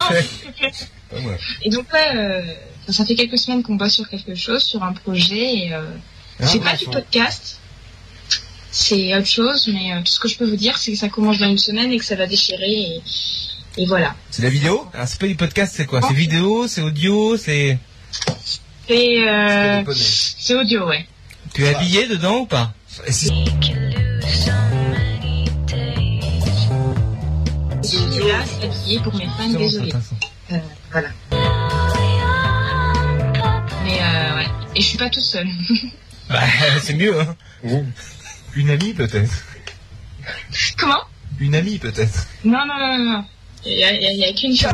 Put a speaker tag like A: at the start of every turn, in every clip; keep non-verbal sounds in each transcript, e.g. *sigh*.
A: pas moi.
B: Et donc ouais, euh, ça fait quelques semaines qu'on bosse sur quelque chose, sur un projet. Et, euh,
A: Ah,
B: c'est pas
A: ouais,
B: du
A: ça.
B: podcast, c'est autre chose. Mais euh, tout ce que je peux vous dire, c'est que ça commence dans une semaine et que ça va déchirer. Et, et voilà.
A: C'est de la vidéo Alors, c'est pas du podcast, c'est quoi C'est
B: Non.
A: vidéo, c'est audio, c'est.
B: C'est euh,
C: déconner.
B: c'est audio, ouais.
A: Tu es habillé dedans ou pas
C: Et si
B: Je suis là, c'est habillé pour mes fans,
A: Justement, c'est
B: désolé.
A: intéressant.
B: Voilà. Mais euh, ouais. Et je suis pas toute seule. *laughs*
A: Bah, *laughs* c'est mieux, hein.
C: Une amie peut-être
B: Comment
C: Une amie peut-être
B: Non, non, non, non, non. Il y a, il y a- il y a qu'une chose.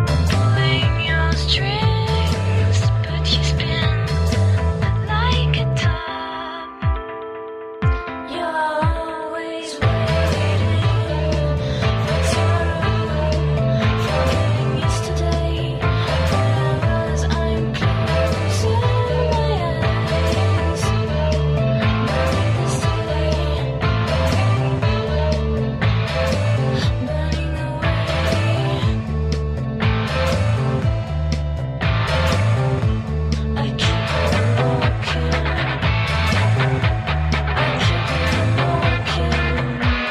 D: I keep on walking. I keep on walking. I don't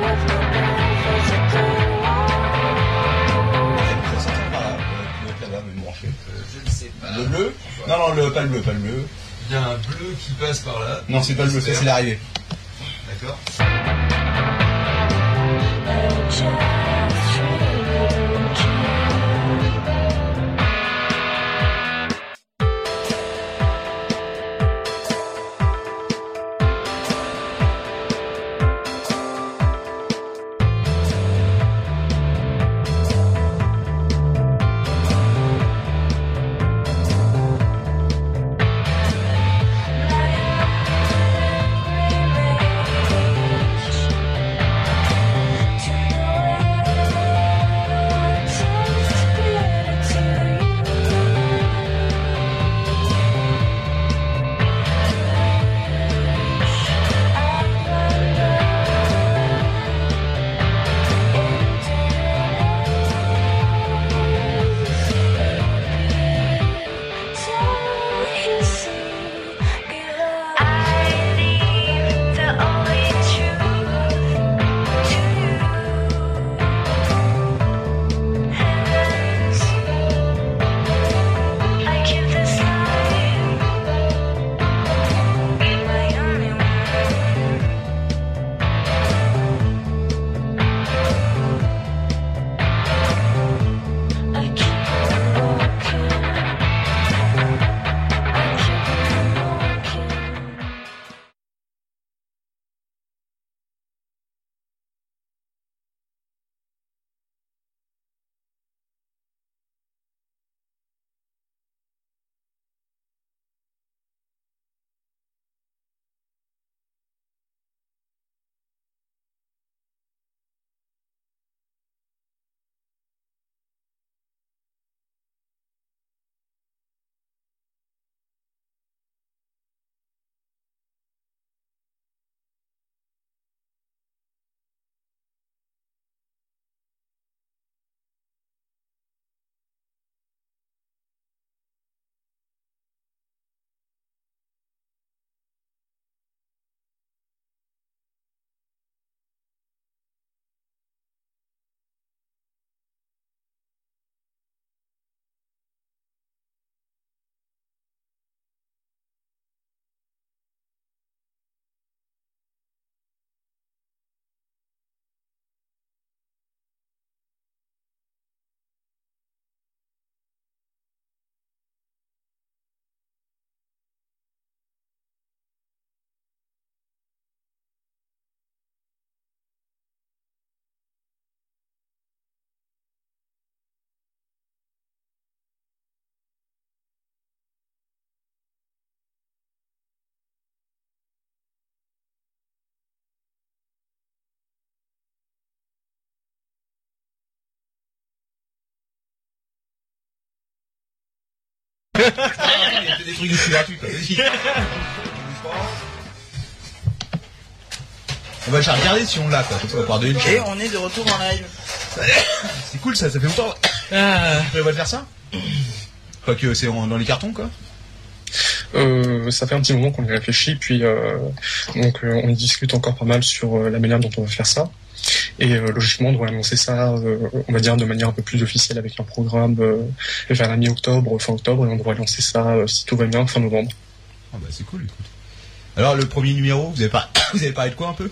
D: know if the path is
E: Ça s'entend par là, euh, peut-être là-bas, mais bon, en fait, euh,
C: Je ne sais pas.
E: Le bleu Non, non, le, pas le bleu, pas le bleu.
C: Il y a un bleu qui passe par là.
E: Non, c'est pas le bleu, ça c'est l'arrivée.
C: D'accord.
D: I just really care. I give this life my only one. I keep on walking. I keep on walking.
E: Il y a des trucs de gratuits, quoi. *laughs* On va déjà regarder si on l'a, quoi. On va pouvoir donner une
F: Et on est de retour en live.
E: C'est cool ça, ça fait longtemps.
A: Ah,
E: On va faire ça Pas que c'est en- dans les cartons quoi.
F: Euh, ça fait un petit moment qu'on y réfléchit, puis euh, donc euh, on y discute encore pas mal sur euh, la manière dont on va faire ça. Et euh, logiquement, on devrait annoncer ça, euh, on va dire, de manière un peu plus officielle avec un programme euh, vers la mi-octobre, fin octobre, et on devrait lancer ça, euh, si tout va bien, fin novembre.
E: Ah bah c'est cool écoute. Alors le premier numéro, vous avez, pas... *coughs* vous avez parlé de quoi un peu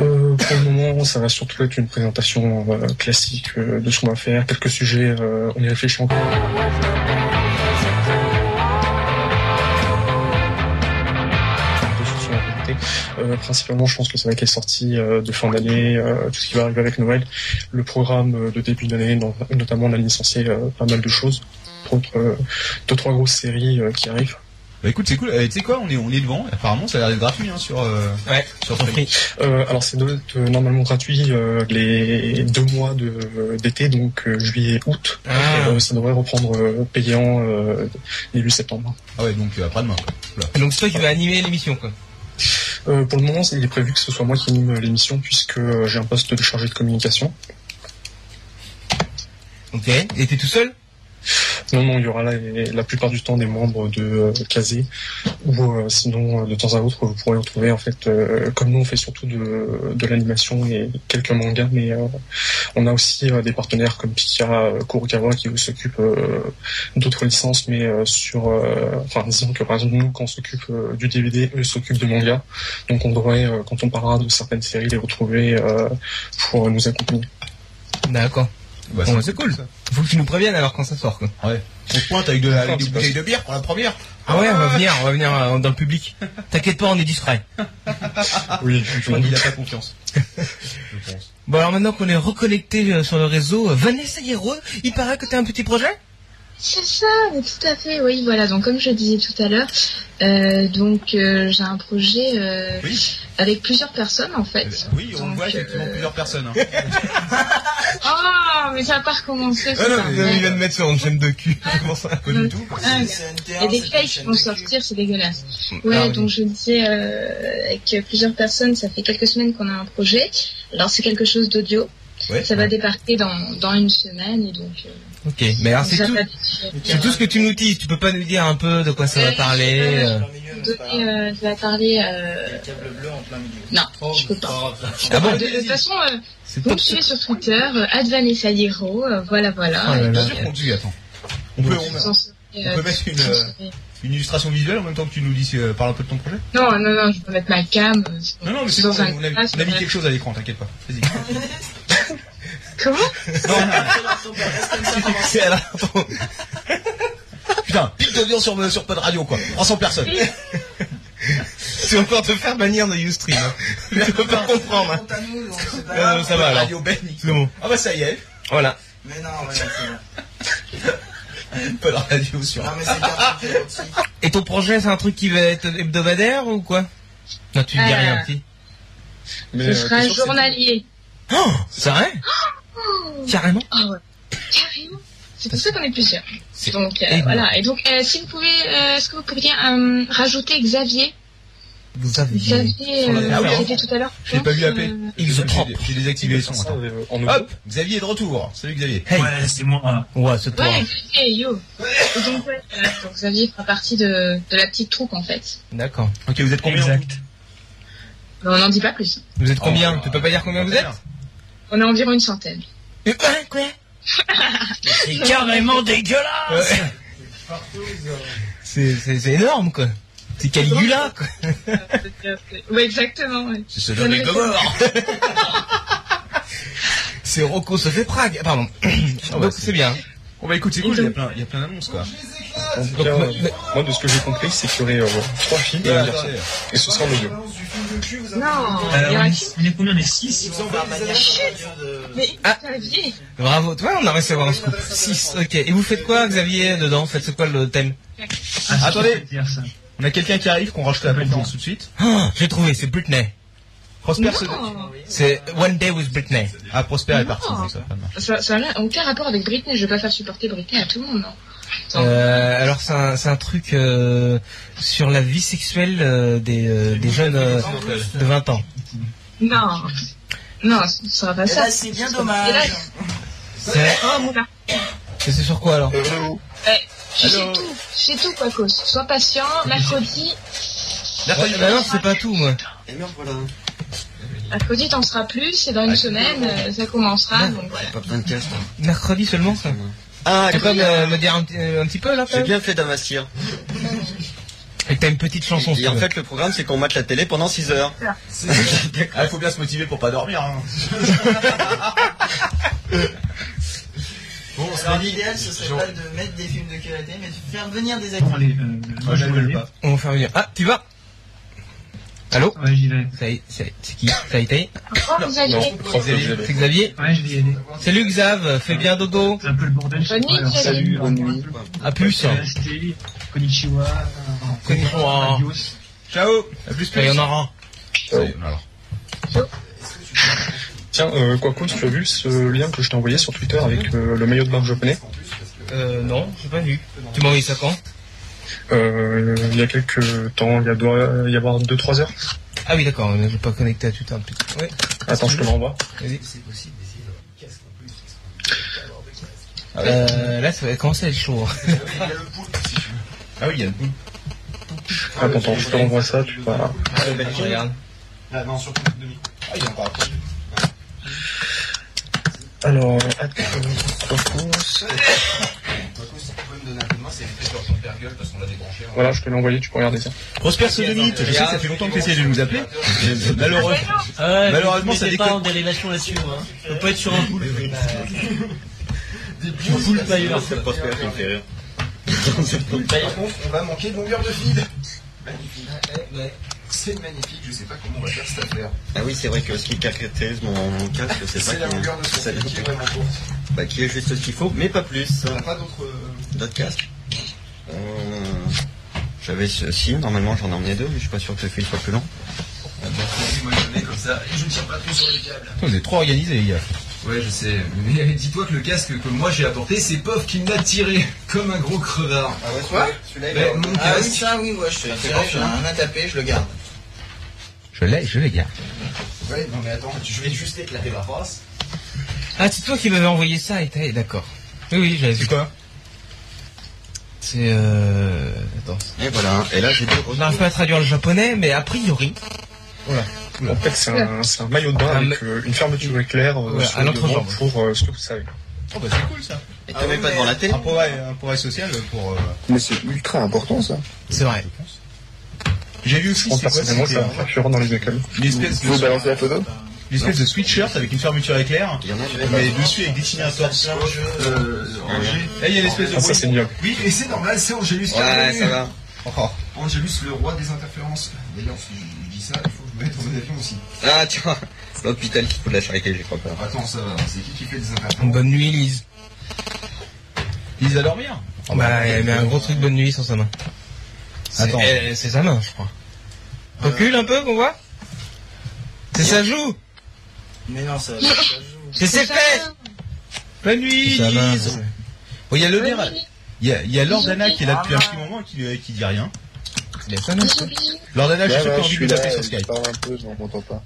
F: Euh, pour le moment, ça va surtout être une présentation euh, classique euh, de ce qu'on va faire, quelques sujets, euh, on y réfléchit encore. un peu sur son activité. Euh, principalement, je pense que ça va être les sorties euh, de fin d'année, euh, tout ce qui va arriver avec Noël, le programme euh, de début d'année, dans- notamment on a licencié euh, pas mal de choses, entre autres euh, deux trois grosses séries euh, qui arrivent.
E: Bah écoute c'est cool, Euh, tu sais quoi, on est, on est devant, apparemment ça a l'air d'être gratuit hein, sur... euh,
A: ouais,
E: Sur
A: compris.
F: Euh, alors c'est deux- euh, normalement gratuit euh, les deux mois de- d'été, donc euh, juillet et août.
A: Ah.
F: Euh, ça devrait reprendre euh, payant euh, début septembre.
E: Ah ouais donc euh, après-demain quoi.
A: Donc c'est toi qui vas animer l'émission, quoi.
F: Euh, pour le moment, il est prévu que ce soit moi qui anime euh, l'émission puisque euh, j'ai un poste de chargé de communication.
A: Ok. Et t'es tout seul
F: Non, non, il y aura la, la plupart du temps des membres de euh, Kazé, ou euh, sinon euh, de temps à autre vous pourrez retrouver en fait, euh, comme nous on fait surtout de, de l'animation et quelques mangas, mais euh, on a aussi euh, des partenaires comme Pika euh, Kurokawa qui s'occupent euh, d'autres licences, mais euh, sur, euh, enfin disons que par exemple nous quand on s'occupe euh, du DVD, eux s'occupent de mangas, donc on devrait euh, quand on parlera de certaines séries les retrouver euh, pour nous accompagner.
A: D'accord.
E: Bah,
A: Bon, bah, c'est cool. Faut que tu nous préviennes alors quand ça sort, quoi.
E: On se pointe avec, de, avec des
F: Enfin,
E: bouteilles de bière pour la première.
A: Ah ouais, on va venir, on va venir euh, dans le public. T'inquiète pas, on est discret.
F: Oui,
E: Je crois qu'il a pas confiance. Je pense.
A: Bon alors maintenant qu'on est reconnecté euh, sur le réseau, euh, Vanessa Hierro, il paraît que t'as un petit projet
B: C'est ça, mais tout à fait, oui, voilà. Donc, comme je le disais tout à l'heure, euh, donc euh, j'ai un projet euh,
E: Oui. Eh ben,
B: avec plusieurs personnes en fait.
E: Oui, on le voit
B: Donc,
E: effectivement
B: euh,
E: plusieurs personnes. hein.
B: Oh, mais ça va pas recommencer.
A: Ah
B: c'est pas vrai.
A: me mettre sur une chaîne de cul. *laughs*
E: Pas du tout.
B: Ah, mais Il y a des fakes qui vont sortir, c'est dégueulasse.
E: Mm.
B: Ouais,
A: Ah oui.
B: donc je disais euh, avec plusieurs personnes, ça fait quelques semaines qu'on a un projet. Alors c'est quelque chose d'audio.
E: Ouais.
B: Ça va débarquer dans, dans une semaine et donc. euh,
A: Ok, mais
E: Ah,
A: alors
B: ça
A: c'est tout,
B: va être-
A: c'est tout ce que tu nous dis. Tu peux pas nous dire un peu de quoi ça va parler. euh.
B: donner, euh, je vais parler. Euh... Non, je peux pas.
A: Ah bon
B: de, de toute façon, euh,
A: C'est
B: vous
A: pas
B: me suivez sur Twitter, euh, @vanessayero, euh, voilà,
A: Oh
B: voilà.
A: là
E: Bien
A: là.
E: sûr qu'on te suit, attends. On peut, on,
B: Vous en serez,
E: Ah, on peut mettre une,
B: vous en
E: euh,
B: serez-
E: une illustration visuelle en même temps que tu nous dis, euh, parle un peu de ton projet.
B: Non, non, non, je peux mettre ma cam. euh, c'est
E: Non, non, mais c'est bon,
B: dans
E: on
B: un
E: a, on a
B: classe,
E: mis
B: euh,
E: quelque chose à l'écran, t'inquiète pas. *laughs* Vas-y.
B: Comment
E: C'est à la- *laughs* Putain, pique d'audience sur, sur pas de radio quoi. 300 personnes. *laughs*
A: Tu vas encore te faire bannir de Ustream. hein. Je peux pas comprendre. hein. Euh, ça va alors.
E: Radio Benny.
A: C'est bon.
E: Ah bah ça y est,
A: Voilà.
G: Mais non, mais non, c'est bon.
E: pas de radio sur.
G: Non, mais c'est bien, c'est bien aussi.
A: Et ton projet, c'est un truc qui va être hebdomadaire ou quoi Non, tu dis
B: Euh.
A: rien, petit.
F: Mais,
B: Ce
F: euh,
B: sera
F: t'es sûr que c'est-
B: journalier.
A: Oh, c'est vrai Carrément
B: Ah ouais. Carrément. C'est pour ça qu'on est plusieurs.
A: C'est
B: Donc euh,
A: énorme.
B: voilà. Et donc euh, si vous pouvez, euh, est-ce que vous pourriez euh, rajouter Xavier
A: Vous avez
B: Xavier,
E: On
B: euh,
E: Mhm. l'a fait
B: vous
E: avant.
B: avez dit tout à l'heure.
E: J'ai pas vu la paix.
B: euh,
A: Ils se
E: J'ai-
A: trompent.
E: J'ai désactivé les sons.
F: Ça,
E: attends.
F: euh, en audio.
E: Hop, Xavier est de retour. Salut Xavier.
A: Hey,
G: Ouais, c'est moi.
A: ouais, c'est toi.
B: Ouais, Xavier, yo. Et donc, ouais, voilà. donc Xavier fera partie de, de la petite troupe en fait.
A: D'accord.
E: Ok, vous êtes combien en tout
G: Exact.
B: Mais on n'en dit pas plus.
A: Vous êtes combien
E: Oh,
A: Tu peux pas dire combien vous êtes
B: On est environ une centaine.
A: Euh, hein, Quoi
G: C'est carrément dégueulasse.
A: C'est c'est- c'est énorme, quoi. C'est Caligula, quoi.
B: ouais, exactement. Ouais.
E: C'est
B: Ça
E: les
B: ne-
E: Gomorrhes.
A: C'est Rocco se fait Prague. Ah, Pardon.
E: bah,
A: *coughs* Donc
E: c'est-
A: c'est bien.
E: Bon bah écoute, c'est cool, il y a plein, il y a plein d'annonces quoi.
C: Ah,
F: En tout
A: Donc,
F: cas,
A: moi-
F: euh, moi, de ce que j'ai compris, c'est qu'il y aurait euh, trois filles et un garçon.
E: Ah,
F: Et ce sera en audio.
B: Non, il
G: Euh,
B: y aura
G: on
B: qui
G: est- on est combien On est 6
B: Mais
A: Ah.
B: Xavier,
A: Bravo. Toi, on a réussi à avoir un scoop. 6. Ok. Et vous faites quoi, Xavier, dedans En fait, c'est quoi le thème
C: Ah,
E: Attendez.
G: dire ça.
E: On a quelqu'un qui arrive, qu'on rajoute à la présence tout de suite.
A: Ah, J'ai trouvé, c'est Britney.
E: Prosper se...
B: non.
A: C'est One Day with Britney.
E: Ah, Prosper est parti,
B: Non.
E: donc ça va pas mal.
B: Ça, ça n'a aucun rapport avec Britney. Je vais pas faire supporter Britney à tout le monde. Non. Attends.
A: Euh, alors c'est un, c'est un truc euh, sur la vie sexuelle euh, des, euh, des jeunes euh, de 20 ans.
B: Non. Non, ce ne sera pas
H: Eh
B: ça.
H: ben, c'est bien
B: Et là,
H: dommage.
A: C'est
B: oh, mon gars.
A: c'est sur quoi alors
B: Tu sais tout, tu sais tout, Quacos. Sois patient, mercredi,
A: Ouais, bah non, c'est pas tout, moi.
H: Et merde, voilà.
B: mercredi t'en seras plus, et dans une semaine, euh, ça commencera, donc voilà.
H: Pas besoin de hein. cash, toi.
A: Mercredi seulement, ça.
H: Ah,
A: Tu peux
H: cool.
A: me, me dire un, petit- euh, un petit peu là quand
H: J'ai
A: même
H: bien fait d'investir.
A: Et t'as une petite chanson. si
H: Et
A: tu
H: en
A: veux.
H: fait, le programme, c'est qu'on mate la télé pendant 6 heures.
E: *laughs* Ah, faut bien se motiver pour pas dormir. Hein.
C: Bon, c'est
I: Alors
C: dit.
I: l'idéal ce serait
C: Genre-
I: pas de mettre des films de qualité mais de faire venir des acteurs.
G: Allez, euh, moi,
C: Ah,
E: Moi,
G: je vais
E: j'annule
G: aller.
E: pas.
A: On va faire venir. Ah, tu vas Allô
G: Ouais, j'y vais.
A: Ça y est, ça y est, c'est qui Ça y est, ça y est
B: Au revoir, vous allez.
F: Non,
E: Oh,
F: propre que vous avez.
A: C'est Xavier
G: Ouais, je vais y aller.
A: Salut Xav, fais bien dodo.
G: C'est un peu le bordel.
B: Bonne nuit,
G: Alors,
B: Thierry.
G: salut,
I: Bonne
G: hein,
I: nuit.
G: un peu le
A: À plus.
G: bordel. ST, Konnichiwa, euh,
J: hein.
A: Konnichiwa.
G: adios.
A: Ciao. À plus. Il y en aura un.
E: Alors,
F: Tiens, euh, Quacos, tu as vu ce lien que je t'ai envoyé sur Twitter avec euh, le maillot de bain japonais
A: Euh, non, j'ai pas vu. Tu m'as envoyé ça quand
F: euh, Il y a quelques temps, il y a doit y avoir 2-3 heures.
A: Ah oui, d'accord, euh, j'ai pas connecté à Twitter depuis. Ouais,
F: Attends, je te l'envoie.
A: vas-y.
E: ah, oui.
A: Euh, là, ça va commencer à être chaud. hein.
E: ah oui, il y a une boule.
F: Attends, attends, je te renvoie ça, tu vas...
H: bah,
A: Regarde.
C: Ah non, surtout demi.
E: Ah, il y a encore un truc.
F: Alors, attends, euh, Quacos...
C: Quoique, si tu pouvais me donner un coup de main, c'est les sur son gueule parce qu'on l'a débranché. hein.
F: Voilà, je te l'ai envoyé, tu peux regarder ça.
E: Prosper Solonite, je sais que ça fait longtemps que tu essayes de nous appeler. Malheureux.
I: Ah
E: Malheureusement, ça
I: c'est pas
E: déconne.
I: en dérivation là-dessus. Hein. Faut pas être sur un poule. *laughs* Un poule ailleurs.
E: C'est Prosper qui me fait rire.
C: Par contre, on va manquer de longueur de fil. Magnifique. C'est magnifique, je sais pas comment on va faire cette affaire.
H: Ah oui, c'est vrai que ce qui caractérise mon, mon casque, c'est
C: C'est la
H: pas
C: longueur de
H: qui,
C: son
H: ça-
C: fil qui est vraiment courte.
H: bah, qui est juste ce qu'il faut, mais pas plus.
C: On n'a pas d'autre. euh,
H: D'autres casques euh, J'avais ceci, normalement j'en ai emmené deux, mais je suis pas sûr que ce fil soit plus long.
C: Moi, je mets comme ça et je ne tire pas trop sur le câble.
E: Vous êtes trop organisés, les gars.
C: Ouais, je sais.
E: euh,
C: Mais dis-toi que le casque que moi j'ai apporté, c'est Pof qui me l'a tiré comme un gros crevard.
I: Ah ouais,
C: Quoi
I: Celui-là
C: Ben, mon
I: Ah oui,
C: casque.
I: ça oui, ouais, je te dirais, j'ai rien à taper, je le garde.
E: Je l'ai, je l'ai, gars.
C: Ouais, non mais attends, je vais juste éclater ma face.
A: Ah, c'est toi qui m'avais envoyé ça et t'as- d'accord. Oui, oui, j'avais vu.
E: quoi
A: C'est euh. Attends.
H: Et voilà, et là j'ai deux
A: On n'arrive pas à traduire le japonais, mais a priori.
F: En fait, c'est un, c'est un maillot de bain
A: Un
F: avec euh, une fermeture éclair euh,
A: Ouais,
F: sur
A: à
F: le
A: l'entrejambe.
F: devant pour euh, ce que vous savez.
E: Oh, bah, c'est cool ça.
H: Et te mets Ah, pas devant la télé
E: Un progrès, un progrès social pour. euh,
I: Mais c'est ultra important ça.
A: C'est vrai.
E: J'ai vu aussi,
F: Moi,
E: c'est quoi
F: personnellement,
E: c'était
F: ça me rassure dans les écoles.
E: une espèce de,
I: balancer la photo
E: une espèce de sweatshirt avec une fermeture éclair,
H: Il y en a, je vais
E: mais dessus avec dessiné un torse.
C: Euh. Angé.
E: Là, il y a une espèce de
F: Ah, ça, c'est ignoble.
C: Oui, et c'est normal, c'est Angélus qui a
H: Ouais,
C: revenu.
H: ça va.
E: Oh,
C: Ah, Angelus, le roi des interférences. D'ailleurs, si je dis ça, il faut que je me mette en mode avion aussi.
H: Ah tiens, l'hôpital qui fout de la charité, j'y crois pas.
C: Attends, ça va, c'est qui qui fait des interférences
A: Bonne nuit, Lise.
E: ils à dormir.
A: bah, elle met un gros truc bonne nuit sur sa main.
E: Attends.
A: Attends. C'est sa main, je crois. Recule un peu, qu'on voit C'est sa joue
I: Mais non, ça.
A: C'est ses
B: ça.
A: fesses Bonne nuit,
E: C'est sa main,
A: Lise
E: ouais. Bon, Oh, il y a le
B: Bonne
E: maire-
B: nuit.
E: il y a, il y a Lordana qui est là depuis un petit moment et qui, euh, qui dit rien.
A: Il a sa main.
B: Bisous, bisous.
A: Ah,
E: Lordana, je suis sûr que t'as envie de
I: là,
E: l'appeler sur
I: euh,
E: Skype.
I: parle un peu, je m'entends pas.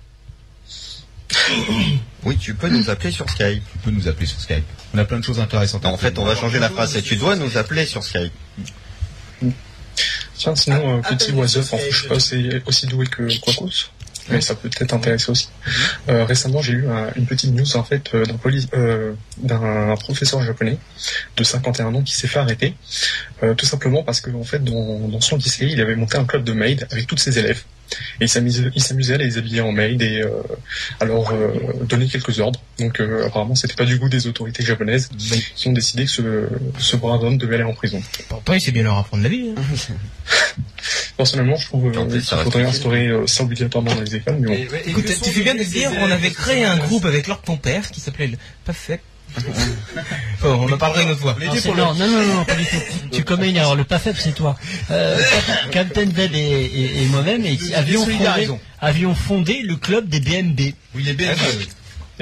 H: Oui, tu peux nous appeler sur Skype.
E: Tu peux nous appeler sur Skype. On a plein de choses intéressantes.
H: Non, en fait, on va changer la phrase, c'est tu dois nous appeler sur Skype.
F: Tiens, sinon, euh,
I: Ah,
F: petit
I: ah,
F: was up,
I: ah,
F: en fait, je suis pas aussi, aussi doué que Quacos, mais ça peut peut-être t'intéresser aussi. Euh, récemment, j'ai eu un- une petite news, en fait, euh, d'un poli- euh, d'un professeur japonais de 51 ans qui s'est fait arrêter, euh, tout simplement parce que, en fait, dans, dans son lycée, il avait monté un club de maid avec tous ses élèves. Et il s'amusait il s'amusait à les habiller en maid et euh, à leur euh, donner quelques ordres. Donc, euh, apparemment, c'était pas du goût des autorités japonaises
A: Mais
F: qui ont décidé que ce, ce brave homme devait aller en prison.
A: pourtant, il sait bien leur apprendre la vie. hein.
F: Personnellement, je trouve
H: En
F: euh,
H: plus,
F: qu'il
H: ça reste
F: faudrait
H: utile.
F: instaurer euh, ça obligatoirement dans les écoles, mais bon.
A: Écoute, tu fais bien de le dire, on avait créé un groupe avec Lord ton père qui s'appelait le Parfait. *laughs* Bon, on en parlera une autre fois.
I: Non, c'est- non, non, non, non, pas du tout. tu commets une erreur. Le pas faible, c'est toi. Euh, Captain Dead et, et- et moi-même et qui avions
E: Solidarisons.
I: fondé, avions fondé le club des BMB.
E: Oui, les BMB.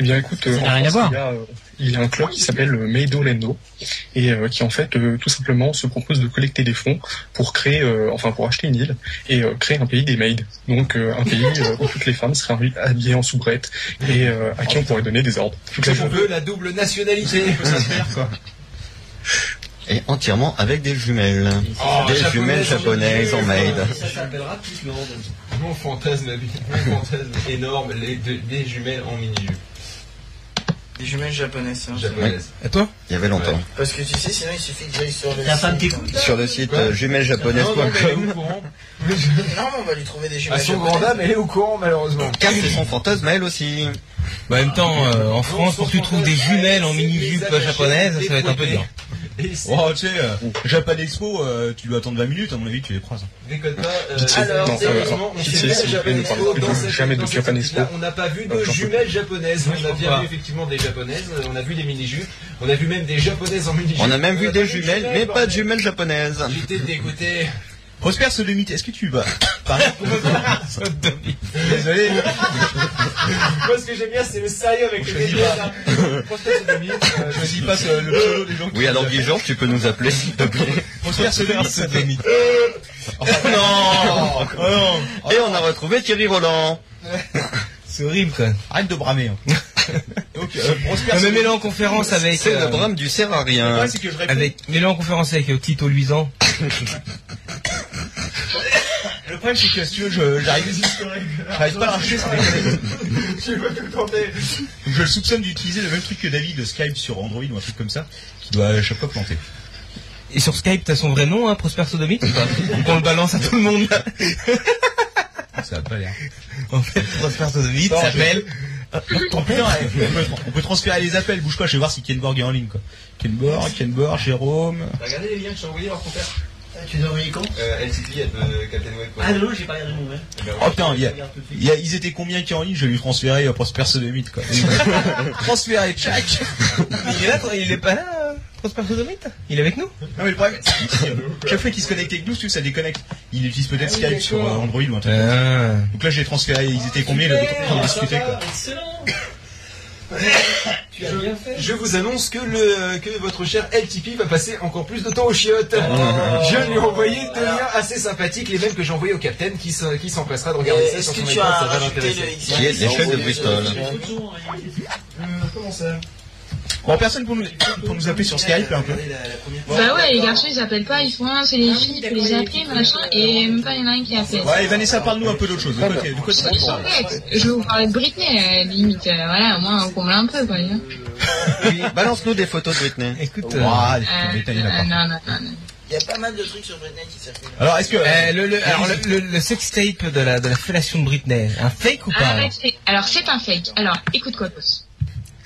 F: Eh bien, écoute, euh,
I: Ça n'a
F: en
I: rien à
F: France,
I: voir.
F: Il y, a, euh, il y a un club qui s'appelle euh, Made Orlando et euh, qui en fait euh, tout simplement se propose de collecter des fonds pour créer, euh, enfin pour acheter une île et euh, créer un pays des maids. Donc euh, un pays euh, où toutes les femmes seraient habi- habillées en soubrette et euh, à qui on pourrait donner des ordres. Toute
A: Euh,
F: la
C: Si on
F: journée.
C: veut la double
A: *laughs*
C: nationalité, on peut s'inscrire quoi.
H: Et entièrement avec des jumelles.
C: Oh,
H: des jumelles japonaises en maid.
J: Ça s'appellera Peace Land.
C: Mon fantasme, mon fantasme
J: *laughs*
C: énorme, les, deux- des jumelles en mini-jupe
J: Des jumelles japonaises. hein, c'est-
C: japonaises.
A: Et toi
H: Il y avait longtemps.
J: Parce que tu sais, sinon il suffit que j'aille sur le.
I: Ta femme
J: site.
I: t'écoute
H: Sur le site
C: Ouais.
H: euh, jumellesjaponaises.com.
J: Non, mais on va lui trouver des
C: À
J: jumelles.
C: son
J: japonaises.
C: grand dame, elle est au courant malheureusement. Ah,
H: Car c'est son fantasme, mais elle aussi.
A: Bah, en même temps, euh, en France, pour que tu trouves des jumelles en mini-jupe japonaise, ça va être un peu dur.
C: Et c'est-
E: Oh, tu sais, euh, Japan Expo, euh, tu dois attendre 20 minutes, à mon avis, tu les croises. hein.
C: Déconne pas. euh,
F: Pitié, c'est-
J: alors,
F: non, euh,
J: sérieusement,
F: alors,
J: on
F: pitié,
J: s'est fait
F: s'il vous plaît, ne parlez
J: Expo,
F: plus de-
J: dans cette-
F: jamais de Japan Expo.
C: Là, on n'a pas vu de
F: Euh, j'en peux
C: jumelles japonaises. On a bien
A: pas.
C: vu effectivement des japonaises. euh, On a vu des mini-jupes. On a vu même des japonaises en mini-jupe.
H: On a même vu
C: pas
H: des jumelles, mais pas de
C: bordel.
H: jumelles japonaises.
C: J'étais dégoûté.
E: Prosper se limite, est-ce que tu vas parler
C: *laughs*
E: Désolé.
C: Moi, ce que j'aime bien, c'est le sérieux avec les
E: choisit
C: délires, là. Je pense que c'est Dominique, euh,
E: Je dis pas euh, le pseudo des gens qui
H: Oui, alors
E: nous appellent.
H: Guy-Georges, tu peux nous appeler, s'il te plaît.
C: Oh,
E: Prosper se limite, c'est Denis.
H: Non
E: Oh non
H: Et on a retrouvé Thierry Roland.
A: C'est horrible, quoi.
E: Arrête
C: *laughs*
E: de bramer. hein. Donc, euh, Prosper.
A: Non,
E: se
A: mais
E: limite.
A: Mélan en conférence avec,
H: C'est le
A: euh,
H: brame du cerf à
E: Le
H: rien.
E: problème, c'est que je réponds.
A: avec, Mélan en conférence avec euh, Clito Luisant.
E: Le problème, c'est que si tu veux, je- j'arrive j'arrive pas à toucher sur les
J: *laughs*
E: collègues.
C: J'ai pas tout tenté.
E: Je le soupçonne d'utiliser le même truc que David, Skype sur Android ou un truc comme ça, qui doit à chaque fois planter.
A: Et sur Skype, t'as son vrai nom, hein, Prosper Sodomite ou pas Qu'on le balance à tout le monde.
E: Ça a pas l'air.
A: En fait, Prosper Sodomite
E: Non,
A: s'appelle...
E: *laughs* Ton putain, ouais. on, peut, on peut transférer les appels, bouge pas, je vais voir si Ken Borg est en ligne quoi. Ken Borg, Ken Borg, Jérôme.
C: T'as regardé les liens que j'ai envoyés leur confère
J: Ah, Tu dois envoyer quand
C: Euh, LCT, euh, Captain Web. quoi. Eh ben
J: Ah, non, j'ai pas regardé mon mail.
E: Oh putain, il y a,
J: Regarde tout de suite.
E: il y a- ils étaient combien qui est en ligne Je vais lui transférer euh, pour se percer de
J: *laughs*
E: mythe quoi.
A: Transféré, tchac Il est là, toi, il est pas là, euh, Prosper Sodomite Il est avec nous
E: non mais le problème, c'est que chaque fois qu'il se connecte avec nous, tu sais, ça déconnecte. Il utilise peut-être
J: Ah oui,
E: Skype sur euh,
J: d'accord.
E: Android ou un truc.
A: Ah.
E: Donc là, j'ai transféré, ils étaient combien le temps de
J: Ah,
E: discuter
J: ça
E: quoi.
J: va, Excellent Tu as bien fait.
C: Je vous annonce que, le, Euh, que votre cher LTP va passer encore plus de temps aux chiottes.
A: Ah.
C: Je lui ai envoyé deux liens assez sympathiques, les mêmes que j'ai envoyés au Captain qui s'en- qui s'empressera de regarder
J: Et
C: ça
J: Est-ce
C: sur
J: que
C: son
J: tu
C: iPad,
J: as
C: ça va
J: rajouté
C: l'intéresser.
J: le X
H: Qui est de l'échelle de Bristol.
J: Comment ça
E: Bon, personne pour nous, pour nous appeler sur Skype un peu.
B: Bah ouais, les garçons ils appellent pas, ils font un, c'est
A: Ah
B: les filles, faut les appeler, machin, et même pas il y en a un qui appelle.
E: Ouais, et Vanessa, parle-nous un peu d'autre chose. De quoi t'es- de quoi tu
B: Ils sont bêtes. Je vais vous parler de Britney, euh, limite, euh, voilà, au moins on comble un peu, quoi. dis donc.
H: Balance-nous des photos de Britney.
A: Écoute, euh,
E: Ouah,
B: Euh,
E: détaillé là
B: euh, non, non, non, non.
J: Il y a pas mal de trucs sur Britney qui circulent.
E: Alors, est-ce que.
A: Euh, le, le, alors, le, le, le sextape de la, de la fellation de Britney, un fake ou pas alors
B: Arrête, Ah, c'est- alors c'est un fake. Alors écoute quoi, boss.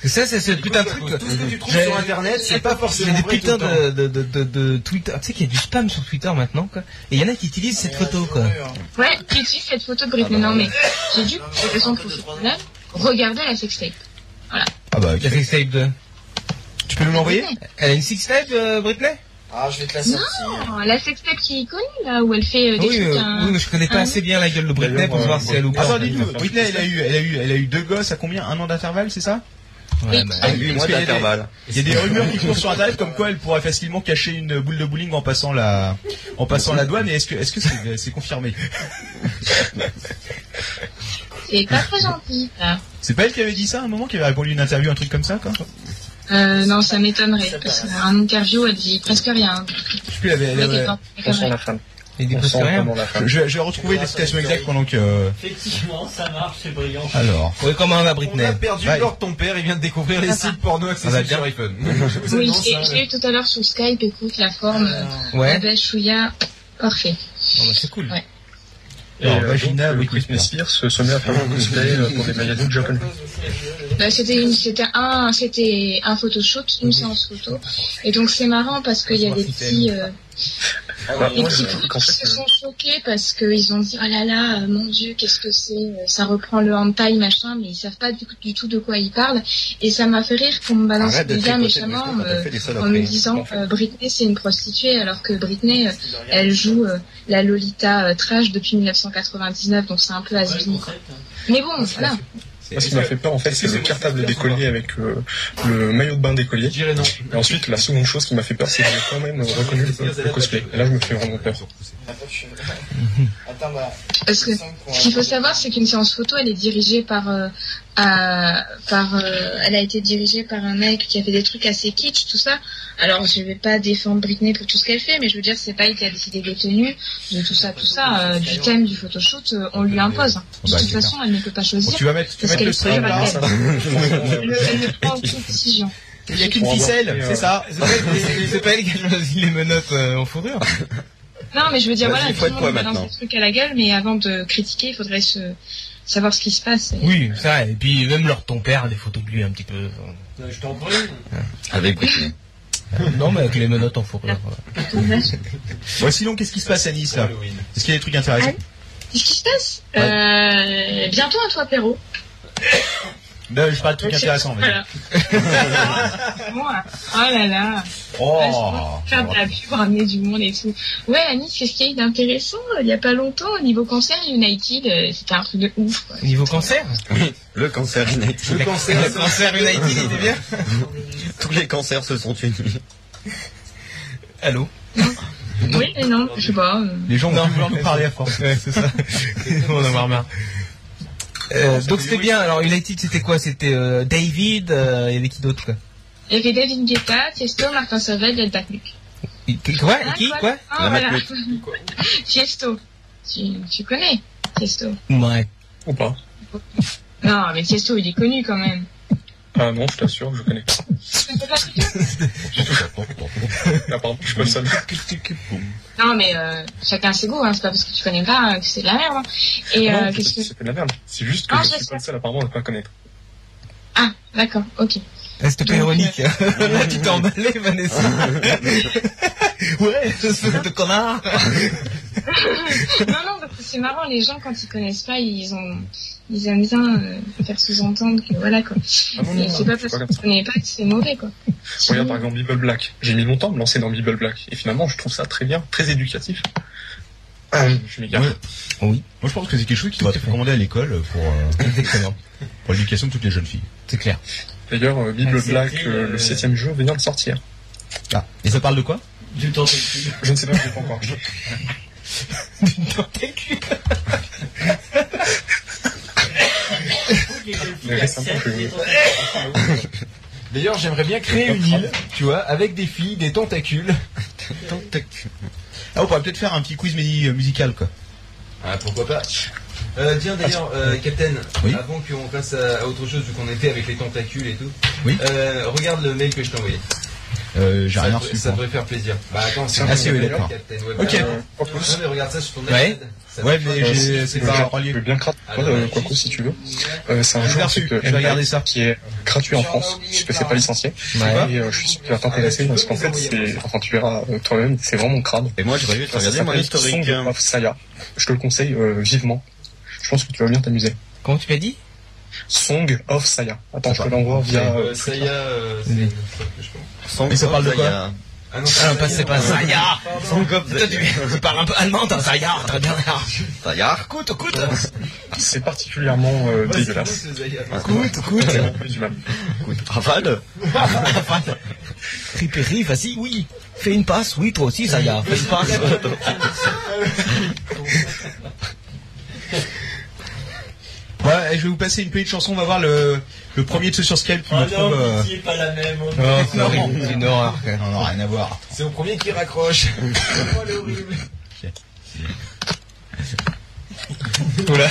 A: Parce que ça, c'est ce putain de truc.
C: Tout ce que tu trouves
A: J'ai-
C: sur internet, c'est pas
A: Il y a
C: forcément vrai
A: des
C: tout
A: putains
C: le temps.
A: de, de, de, de, de Twitter. Tu sais qu'il y a du spam sur Twitter maintenant, quoi. Et il y en a qui utilisent cette photo, quoi.
J: hein.
B: Ouais, critique cette photo
A: Ah
B: de Britney.
A: bah
B: Non mais, j'ai dû, de façon professionnelle, regarder la sextape.
E: Ah bah,
A: La sextape de.
E: tu peux nous l'envoyer
A: Elle a une sextape, euh, Britney
J: Ah, je vais te la sortir.
B: Oh, La sextape qui est connue, là, où elle fait euh, des
A: Oui,
B: trucs...
A: euh,
B: hein.
A: oui, mais je connais pas
B: Ah,
A: assez bien la gueule de Britney
F: D'ailleurs,
A: pour savoir
F: euh,
A: si elle ou pas.
E: Ah, Attends,
A: en fait.
E: dis-nous, Britney, elle a, eu, elle, a eu, elle a eu deux gosses à combien Un an d'intervalle, c'est ça
A: Ouais, bah,
H: Avec 8 mois
E: Parce qu'il y a des-
H: d'intervalle.
E: Il y a des rumeurs qui courent sur internet comme quoi elle pourrait facilement cacher une boule de bowling en passant la, en passant la douane. Et est-ce que, est-ce que c'est, c'est confirmé
B: C'est pas très gentil, ça.
E: C'est pas elle qui avait dit ça à un moment, qui avait répondu à une interview, un truc comme ça, quoi
B: Euh, non, ça m'étonnerait. Parce qu'en interview, elle dit presque rien.
E: Je sais plus, elle avait- elle
B: Elle dit
E: avait-
B: pas
F: On
B: presque
F: sent
B: rien.
F: la femme.
A: il dit
F: On
A: presque
F: sent
A: rien.
F: vraiment la femme.
E: Je, je vais retrouver les citations exactes pendant que. euh,
J: Effectivement, ça marche, c'est brillant.
E: Alors.
A: Ouais, comment on va,
C: On
A: Britney
C: a perdu
E: Bye.
C: l'or de ton père, il vient de découvrir les sites porno
A: Ah bah
C: accessibles
A: bien.
C: sur
E: *laughs*
C: iPhone.
E: Oh,
B: Oui, j'ai j'ai eu tout à l'heure sur Skype, écoute, la forme, euh,
A: Ouais.
B: la belle chouïa, parfait.
A: Oh, bah, c'est cool.
F: Et,
E: Alors,
F: euh,
E: Vagina
F: donc,
E: avec
F: Britney Spears euh, se met à faire un cosplay euh, pour des magazines japonais.
B: Bah, c'était une, c'était un, c'était un photoshoot,
H: Mhm.
B: une séance photo. Et donc c'est marrant parce qu'il y a des petits, euh,
F: Bah,
B: des
F: moi,
B: petits
F: j'ai
B: groupes
F: qu'en
B: qui
F: fait,
B: se
F: euh,
B: sont choqués parce qu'ils ont dit oh là là, euh, mon dieu, qu'est-ce que c'est, euh, ça reprend le hentai machin, mais ils savent pas du, du tout de quoi ils parlent. Et ça m'a fait rire qu'on me balance
H: Arrête de
B: bien
H: tricoter, Britney,
B: méchamment.
H: on
B: euh,
H: fait des
B: en me
H: saloperies.
B: disant euh, Britney c'est une prostituée alors que Britney euh, elle joue euh, la Lolita euh, trash depuis 1999 donc c'est un peu has
J: Ouais, le concept, hein.
B: Mais bon voilà,
F: Moi, ce qui m'a fait peur, en fait, c'est le cartable d'écolier avec euh, le maillot de bain d'écolier. Et ensuite, la seconde chose qui m'a fait peur, c'est que j'ai quand même euh, reconnu le, le cosplay. Et là, je me fais vraiment peur.
J: Attends, bah.
B: Parce que ce qu'il faut savoir, c'est qu'une séance photo, elle est dirigée par, euh, à- par, euh, elle a été dirigée par un mec qui a fait des trucs assez kitsch, tout ça. Alors, je vais pas défendre Britney pour tout ce qu'elle fait, mais je veux dire, c'est pas elle qui a décidé des tenues, de tout ça, tout ça, euh, du thème du photoshoot, euh, on lui impose. De
E: Bah,
B: toute
E: c'est
B: façon, elle ne peut pas choisir.
E: Bon, tu vas mettre, tu vas
B: parce
E: mettre le
B: qu'elle est
F: Ah,
E: string là.
B: pas
E: ça.
B: Le- Elle ne prend aucune décision.
E: Il n'y a qu'une ficelle, c'est ça.
A: C'est pas elle- C'est pas elle qui a choisi les menottes euh, en fourrure.
B: Non, mais je veux dire,
A: Vas-y,
B: voilà,
A: faut
B: tout
A: être
B: le monde
A: toi
B: nous balance
A: maintenant.
B: des trucs à la gueule, mais avant de critiquer, il faudrait se... savoir ce qui se passe. Et-
A: Oui, c'est vrai. Et puis même leur ton père a des photos de lui un petit peu.
J: Je t'en prie.
H: Avec Britney.
A: Non, mais avec les menottes en fourrure. voilà.
E: Bon, sinon, qu'est-ce qui se passe à Nice là Est-ce qu'il y a des trucs intéressants
B: Qu'est-ce qui se passe euh, Bientôt un toit Perrault.
E: Non, je parle de trucs intéressants. vas-y.
B: Voilà.
A: *laughs*
B: Moi, oh là là.
E: Oh
B: Faire de la pub, ramener du monde et tout. Ouais, à Nice, qu'est-ce qu'il y a eu d'intéressant euh, Il n'y a pas longtemps, au niveau concert, United, euh, c'était un truc de ouf.
A: *laughs*
B: Quoi.
A: Niveau cancer
H: Oui, *laughs* le cancer United.
C: Le cancer,
A: Le cancer United, il était bien
H: Tous les cancers se sont unis.
A: Allô
B: Oui, mais non, je sais pas. euh,
E: Les gens vont
A: Non,
E: plus vouloir
A: mais-
E: nous parler à force.
A: Ouais, c'est
E: *laughs*
A: ça. On en a marre, marre. Euh, donc c'était bien. Alors United c'était quoi C'était euh, David, euh, il y avait qui d'autre quoi
B: Il y avait David Guetta, Tiesto, Martin Solveig, Yel Baknuk.
A: Et qui- Quoi Et Qui Quoi
B: Ah,
H: La
B: voilà.
H: Matmut.
B: Tiesto. Tu, tu connais Tiesto.
A: Ouais.
F: Ou pas
B: Non, mais Tiesto, il est connu quand même.
F: Ah non, je t'assure, je connais.
B: Tu connais pas Tiesto
F: Ah pardon, je suis pas le seul.
B: Non, mais euh, chacun ses goûts, hein. c'est pas parce que tu connais pas euh, que c'est de la merde. hein. Et
F: Non,
B: euh,
F: je sais
B: qu'est-ce que.
F: pas si Ah c'est de la merde. C'est juste que
B: Ah, je
F: je suis
B: sais.
F: pas le seul apparemment à ne pas connaître.
B: Ah, d'accord, ok.
A: Ah, C'était pas
B: Donc,
A: ironique. Là euh, tu t'es emballé Vanessa. *laughs* ouais, ce de connard.
B: non, non, parce que c'est marrant, les gens, quand ils connaissent pas, ils ont, ils aiment bien euh, faire sous-entendre que voilà, quoi.
F: Ah non, non,
B: Et
F: non,
B: c'est pas
F: je suis
B: parce qu'on
F: pas comme ça.
B: connaît pas que c'est mauvais, quoi.
F: Regarde par exemple Bible Black. J'ai mis longtemps à me lancer dans Bible Black. Et finalement, je trouve ça très bien, très éducatif. Ah, je m'égare.
E: Oh Moi, je pense que c'est quelque chose qui doit être recommandé à l'école pour, euh, pour l'éducation de toutes les jeunes filles.
A: C'est clair.
F: D'ailleurs, euh, Bible
J: Ah, c'était,
F: Black, euh,
J: euh,
F: le septième jeu, vient de sortir.
E: Ah. Et ça parle de quoi
J: Du tentacule.
F: Je ne sais pas, je l'ai pas encore. joué. Mais récemment, je-
C: D'ailleurs, j'aimerais bien créer une île, tu vois, avec des filles, des *laughs* tentacules.
E: Ah, on pourrait peut-être faire un petit quiz mini- euh, musical, quoi.
C: Ah, pourquoi pas euh, tiens d'ailleurs, euh, Captain,
E: Oui.
C: avant qu'on passe à, à autre chose, vu qu'on était avec les tentacules et tout,
E: Oui.
C: euh, regarde le mail que je t'ai envoyé.
E: Euh, j'ai
C: ça,
E: rien
C: devrait-
E: reçu.
C: ça
E: pour-
C: devrait faire plaisir. Bah attends, c'est
E: Ah, si, oui,
C: Captain
E: d'accord.
C: Web.
F: Euh,
E: Ok.
C: Ah, non,
F: Quacos,
C: mais regarde ça sur ton
E: Ouais.
C: iPad. Ça
E: Ouais,
C: marche
E: mais
C: pas.
E: j'ai-
C: Si,
E: c'est
C: si,
F: je-
E: pas
C: si.
E: relié.
F: je veux bien craquer euh, Quaco, si tu veux. Euh, c'est un
E: Je l'ai
F: jeu
E: reçu,
F: c'est que
E: je vais regarder
F: N-Live
E: ça.
F: qui est euh, gratuit en France, puisque c'est pas licencié.
A: Ouais.
F: Et euh, je suis sûr qu'il va t'intéresser parce qu'en fait, c'est, enfin, tu verras euh, toi-même, c'est vraiment crade.
H: Et moi, j'aurais dû te
F: Ça
H: regarder mon
F: s'appelle
H: historique.
F: Song
H: hein.
F: of Saya. Je te le conseille euh, vivement. Je pense que tu vas bien t'amuser.
A: Comment tu m'as dit
F: Song of Saya. Attends, je te l'envoie via.
C: Euh,
F: euh,
C: ça y a, euh, c'est
A: Oui.
C: ça que je pense.
H: Song
E: Mais ça
H: of
E: parle de
H: Zaya.
E: quoi
C: Ah non,
A: Ah non, pas, c'est pas
C: Zaya.
A: ça, ya
H: Song of
A: Toi, tu, tu parles un peu allemand, t'as ça, ya Très bien, ya
H: Zaya.
A: Écoute, écoute
F: C'est particulièrement euh,
C: Ouais, c'est
F: dégueulasse.
C: cool, ce Zaya.
A: Écoute, écoute
F: C'est vraiment plus du mal.
H: Écoute, Rafale.
A: Ripéry, vas-y, oui Fais une passe, oui, toi aussi, ça, ya Fais une passe
E: Ouais, et je vais vous passer une petite chanson, on va voir le, le premier de ceux sur Skype qui
J: Ah
E: me trouve...
J: non,
E: euh,
J: pitié, pas la même.
E: non,
A: C'est horrible, c'est une horreur, quand même.
E: Non, non, rien à voir.
C: C'est au premier qui
E: *laughs*
C: raccroche. Oh, le horrible.
E: Voilà.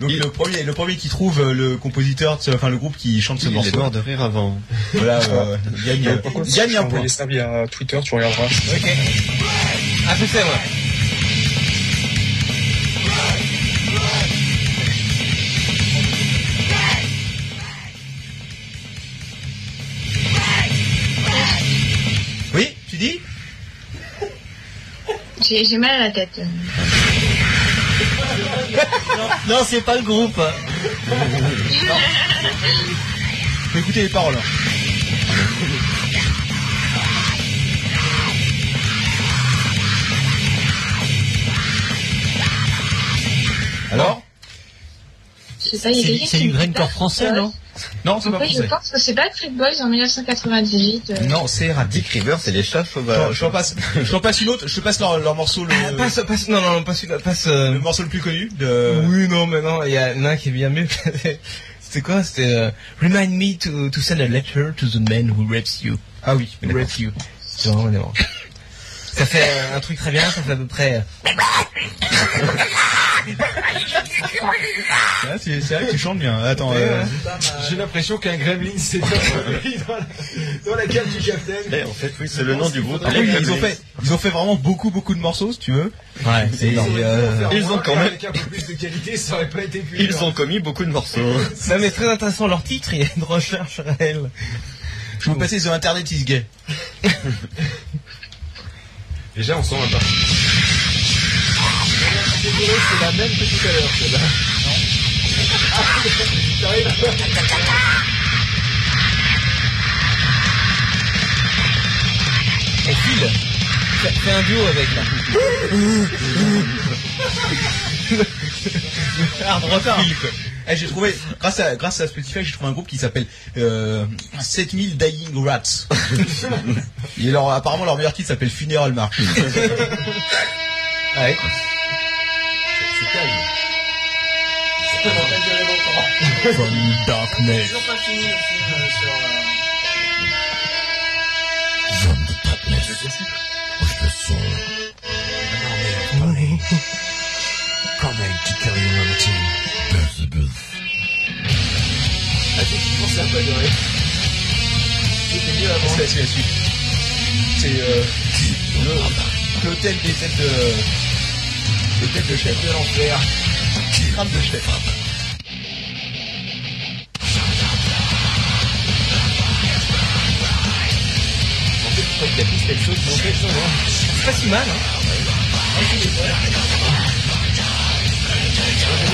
E: Donc le premier, le premier qui trouve euh, le compositeur, de ce- enfin le groupe qui chante ce
H: Il est
E: morceau,
H: mort de rire avant.
E: voilà, euh, gagne, euh,
F: Par contre, je
E: gagne
F: t'ai
E: un point.
F: envoyé ça via Twitter, tu regarderas.
A: Ok. Ah, je sais, moi.
E: Oui, tu dis
B: J'ai j'ai mal à la tête.
I: Non, c'est pas le groupe.
E: Faut écouter les paroles. hein. Alors
B: sais pas, il y a quelqu'un
I: C'est
B: qui
I: du
B: me euh, dit
I: grindcore
B: Backstreet
I: français,
B: Boys.
I: non
E: Non, c'est pas
B: Oui, je
E: français.
B: pense que c'est Backstreet Boys en 1998. euh,
E: Non, c'est raté.
H: Dick River, c'est les
E: Euh,
H: chats
E: Je
H: sauvages.
E: t'en passe, *laughs* je t'en passe une autre, je te passe leur, leur morceau le,
A: Ah, passe, passe, non, non, passe, passe, euh,
E: le morceau le plus connu
C: Euh,
E: de.
A: Oui, non, mais non, il y en a un qui est bien mieux. *laughs* C'était quoi C'était euh, Remind me to, to send a letter to the man who rapes you.
E: Ah oui,
A: Who rapes you. C'est vraiment dément. Ça fait euh, un truc très bien, ça fait à peu près. euh,
E: Ah, c'est c'est vrai que tu chantes bien. Attends,
C: Ouais,
E: euh,
C: ouais. J'ai l'impression qu'un gremlin s'est enfui dans la, *laughs* dans la cave du capitaine.
H: Eh, en fait, oui, c'est le nom du groupe.
E: ah oui, ils ont fait, ils ont fait vraiment beaucoup beaucoup de morceaux, si tu veux.
A: Ouais, c'est
E: Et,
A: énorme.
E: euh,
H: ils ont quand même-
C: Avec un peu plus de qualité, ça aurait pas été plus.
H: Ils
C: dur.
H: ont commis beaucoup de morceaux.
A: Non, mais très intéressant leur titre, il y a une recherche réelle.
E: Je vais vous passer The Internet is gay.
C: *laughs* Déjà, on sent un parti. C'est la même que tout à l'heure, celle-là. Non. Ah, j'arrive.
A: On file. Fais- Fais un duo avec là.
E: Ah, en retard. Eh, j'ai trouvé, grâce à, grâce à Spotify, j'ai trouvé un groupe qui s'appelle euh, 7000 Dying
C: *laughs*
E: Rats. Et leur, apparemment, leur meilleur titre s'appelle Funeral March.
A: Ouais.
C: C'est calme.
E: From darkness.
J: Ils ont pas fini le film euh, sur. euh,
C: Ah, Effectivement, ça a pas duré. C'était mieux avant.
E: C'est la suite. C'est euh, le- l'hôtel des têtes de. L'hôtel de chef.
C: De l'enfer.
E: Crâne de chef.
C: En fait, je crois que la piste, elle saute, mais en fait, non, non.
A: C'est pas si mal. Hein.
C: Moi, j'aime bien,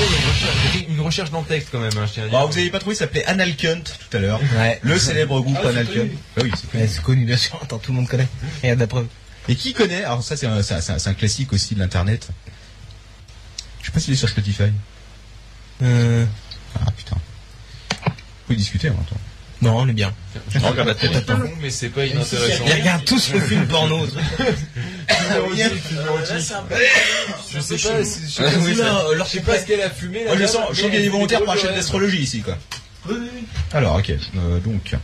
C: il y a une recherche- il y a Une recherche dans le texte, quand même, hein, je tiens à dire.
E: Alors, vous n'avez pas trouvé, il s'appelait Anal Cunt tout à l'heure.
A: Ouais.
E: Le célèbre groupe Anal Cunt. Bah oui, c'est
A: Ouais, c'est connu, bien sûr. Attends, tout le monde connaît. Il y a de la preuve.
E: Et qui connaît Alors ça c'est un, c'est un- c'est un- c'est un classique aussi de l'internet. Je sais pas s'il est sur Spotify.
A: Euh,
E: Ah putain. Vous pouvez discuter en même temps.
A: non, on est bien.
H: Regarde la tête.
C: C'est pas bon, mais c'est pas inintéressant.
A: Ils regardent tous le film porno. tu sais.
C: Numéro 10, numéro
J: euh, Là,
C: 10.
J: c'est un peu.
C: Je sais pas, si- je sais
H: Ah,
C: pas
H: oui,
C: si-
H: ça-
C: je sais pas ce qu'elle a fumé. la
E: Moi je
C: dame,
E: sens, je sens
C: mais
E: qu'il y a des
C: elle
E: volontaires
C: était
E: pour un chaîne
C: colorée.
E: d'astrologie ici quoi.
J: Oui, oui, oui.
E: Alors ok, Euh, donc.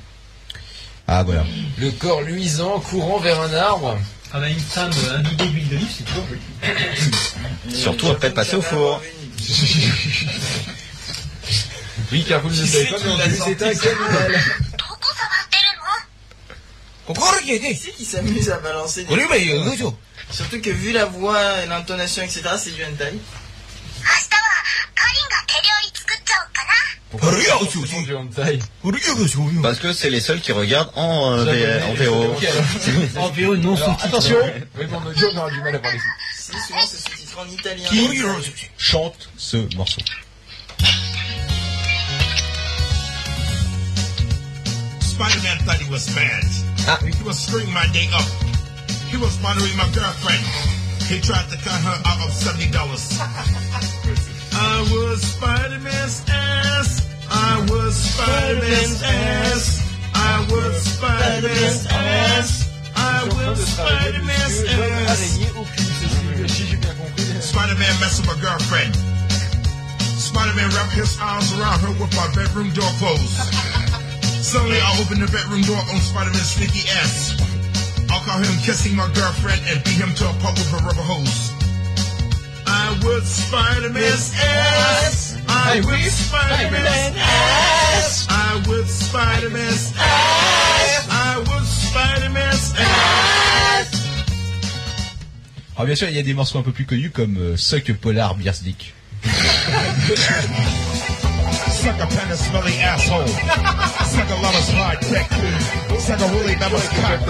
E: Ah voilà.
C: Le corps luisant courant vers un arbre.
G: Ah bah une femme euh, imbibée d'huile d'olive, c'est toujours possible.
H: Surtout après de passer au four.
C: Oui, car vous ne le savez pas, mais en plus, c'est un cannibale.
J: Qui c'est qui s'amuse à balancer des. Surtout que vu la voix et l'intonation, etc., c'est du hentai.
C: Pourquoi c'est du hentai
H: Parce que c'est les seuls qui regardent en, euh, V- en VO.
I: En VO non
C: Alors,
I: sous-titré.
C: attention Oui, mon audio, on aura du mal à parler.
J: Si, souvent c'est sous-titré en italien.
E: Qui chante ce morceau
K: Spider-Man thought he was mad. He was screwing my day up. He was monitoring my girlfriend. He tried to cut her out of seventy *laughs* dollars. I was Spider-Man's ass. I was Spider-Man's ass. I was Spider-Man's ass. I was Spider-Man's ass.
C: Araignée au cul, c'est ce que si j'ai bien compris.
K: Spider-Man messed with my girlfriend. Spider-Man wrapped his arms around her with my bedroom door *laughs* closed. Suddenly, I opened the bedroom door on Spider-Man's sneaky ass. I'll call him kissing my girlfriend and beat him to a pulp with a rubber hose. I would Spider-Man's ass. I would Spider-Man's ass. I would Spider-Man's ass. I would Spider-Man's ass.
E: Alors bien sûr il y a des morceaux un peu plus connus comme euh, Suck a Polar Beer's Dick.
K: Suck a pen of smelly asshole. Suck a lover's hard dick. Suck a woolly mammoth's cock.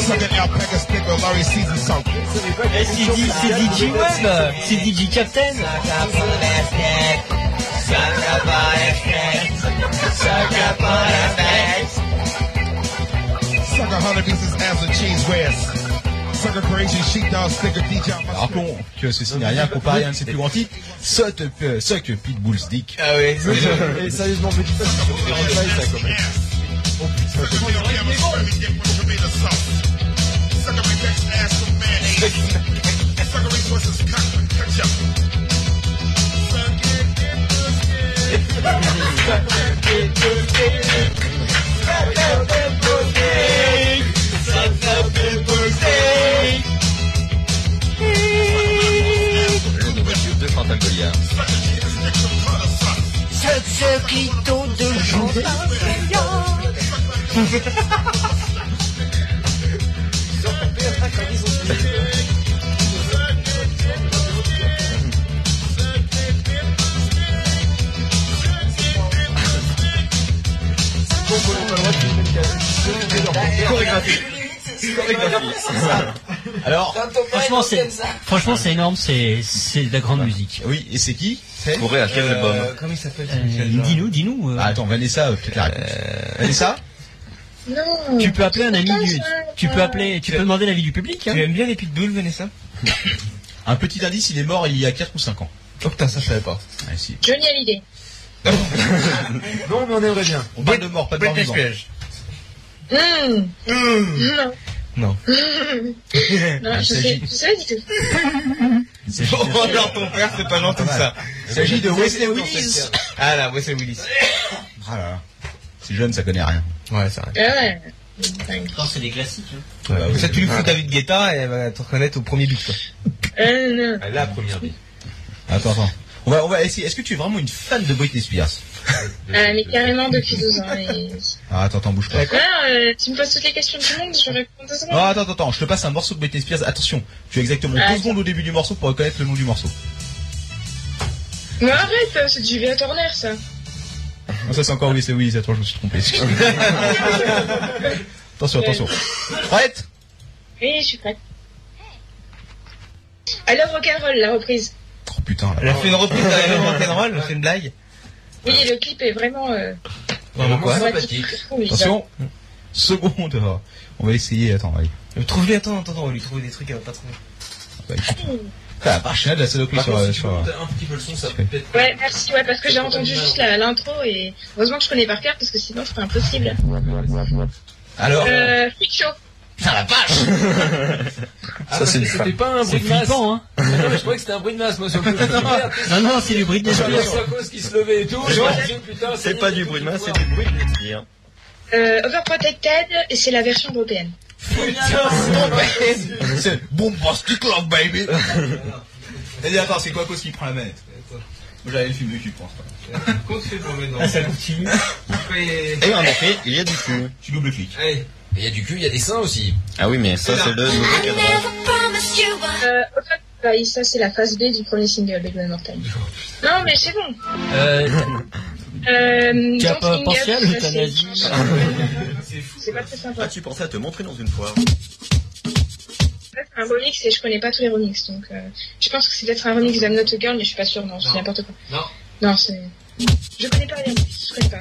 K: Suck an alpaca stick or Larry Season soap.
I: Eh, C'est DJ, c'est DJ Web, c'est DJ Captain.
C: Ah
K: Suck a hundred pieces ass and cheese whiz. Sucker Parisian sheepdog slicker teach out my
E: Rappelons que ceci n'est rien comparé à un de ses plus grands titres, Suck, euh, Suck Pitbull's Dick.
C: Ah ouais, et sérieusement, petit pas, c'est vraiment pas ça quand même.
H: de Chantal Goya.
D: Ce clito de
E: Alors,
I: Franchement, c'est franchement c'est énorme, c'est c'est de la grande musique.
E: oui, et c'est qui
H: Courez à quel album
C: Comment il s'appelle
I: Euh, dis-nous, dis-nous. euh,
E: Ah, Attends, Vanessa, euh, peut-être la réponse. Vanessa
B: Non.
I: tu peux appeler un ami
B: Putain,
I: du,
B: je-
I: tu peux appeler, tu peux demander l'avis du public. hein.
A: Tu aimes bien les pitbulls, Vanessa
E: Un petit indice, il est mort il y a 4 ou 5 ans.
A: Oh putain, ça je savais pas.
E: Ah, si.
B: Johnny Hallyday.
C: Non, mais on aimerait bien.
E: On parle de mort, pas de mort vivant.
B: Hum. *laughs* Non.
A: Non.
B: Non, je sais, je sais pas du tout.
A: *laughs* Oh alors ton père, c'est pas gentil ça.
E: Il s'agit de Wesley Willis.
A: Ah là, Wesley Willis. Oh.
E: Ah là là. C'est jeune, ça connaît rien.
A: Ouais, c'est vrai.
B: Ah ouais.
I: Pourtant, c'est des classiques. hein.
E: Ah, oui.
A: Ça, tu lui fous David Guetta et elle va te reconnaître au premier but. quoi.
E: Ah,
B: Euh, non.
C: La première vie.
E: Attends, attends. On va, on va essayer. Est-ce que tu es vraiment une fan de Britney Spears
B: Ah, mais carrément depuis 12 ans. et-
E: Ah, attends, attends, bouge pas.
B: Ah, euh, tu me poses toutes les questions du monde, je réponds deux
E: Non,
B: secondes.
E: attends, attends, attends, je te passe un morceau de Britney Spears. Attention, tu as exactement
B: Ah,
E: 2 secondes au début du morceau pour reconnaître le nom du morceau.
B: Mais arrête, euh, c'est du Julia Turner, ça.
E: Non, ça c'est encore Wesley Willis. Attends, je me suis trompé. attention, attention. Prête
B: Oui, je suis prête. I love rock'n'roll, la reprise.
E: Oh putain, là.
A: Elle a fait une reprise de Rock'n'Roll, elle fait une blague.
B: Oui, le clip est vraiment... Euh,
A: Vraiment quoi
B: sympathique. Oui,
E: Attention, seconde. On va essayer. Attends, allez.
A: Euh, Trouve-lui, attends, attends, attends, on va lui trouver des trucs qu'elle va pas trouver.
E: Bah, écoute. Ah, la vache, il y en a de la saloperie
C: Par
E: sur,
C: contre, si tu
E: sur-
C: peux monter un petit peu le son, ça peut peut-être.
B: Ouais, merci, ouais, parce que j'ai entendu juste la- l'intro et heureusement que je connais par cœur parce que sinon c'est impossible.
E: Alors,
B: Euh, Freak Show.
C: Ah, parce
H: c'est
C: que
H: une
C: c'était
H: femme.
C: pas un
I: C'est
C: bruit de masse.
I: flippant, hein.
C: Ah
J: *laughs*
C: Non, mais je croyais que c'était un bruit de masse, moi, sur le coup. Merde,
I: Non, non, c'est du Britney
C: sur le
I: Spears.
C: Sarkozy qui se levait et tout. Je me disais, putain,
H: C'est pas du bruit de masse, c'est du bruit de l'expire.
B: Euh, Overprotected et c'est la version européenne.
E: euh, *laughs* c'est Bombastic Love Baby. Vas-y, attends, c'est quoi cause qui prend la manette Moi j'avais le film de cul, je pense.
A: Ah, ça continue.
H: Et en effet, il y a du cul.
E: Tu double clic.
C: Allez. Mais il y a du cul, il y a des seins aussi.
H: Ah oui, mais ça, c'est le nouveau cadran.
B: Euh, Overprotected, ça c'est la phase B du premier single de Glenn Morton. Non mais c'est bon.
J: Ah,
I: Euh,
B: Euh,
I: Cap,
B: Don't Ring
I: partiel,
B: Up, ça,
I: euthanasie.
B: c'est- euh, C'est pas très
H: Ah,
B: sympa.
H: tu pensais à te montrer dans une foire.
B: Ça, c'est Un remix et je connais pas tous les remixes donc euh, je pense que c'est peut-être un remix d'Am Not a Girl mais je suis pas sûre, non, c'est
C: Non.
B: n'importe quoi.
C: Non.
B: Non, c'est. Je connais pas les remixes, je connais pas.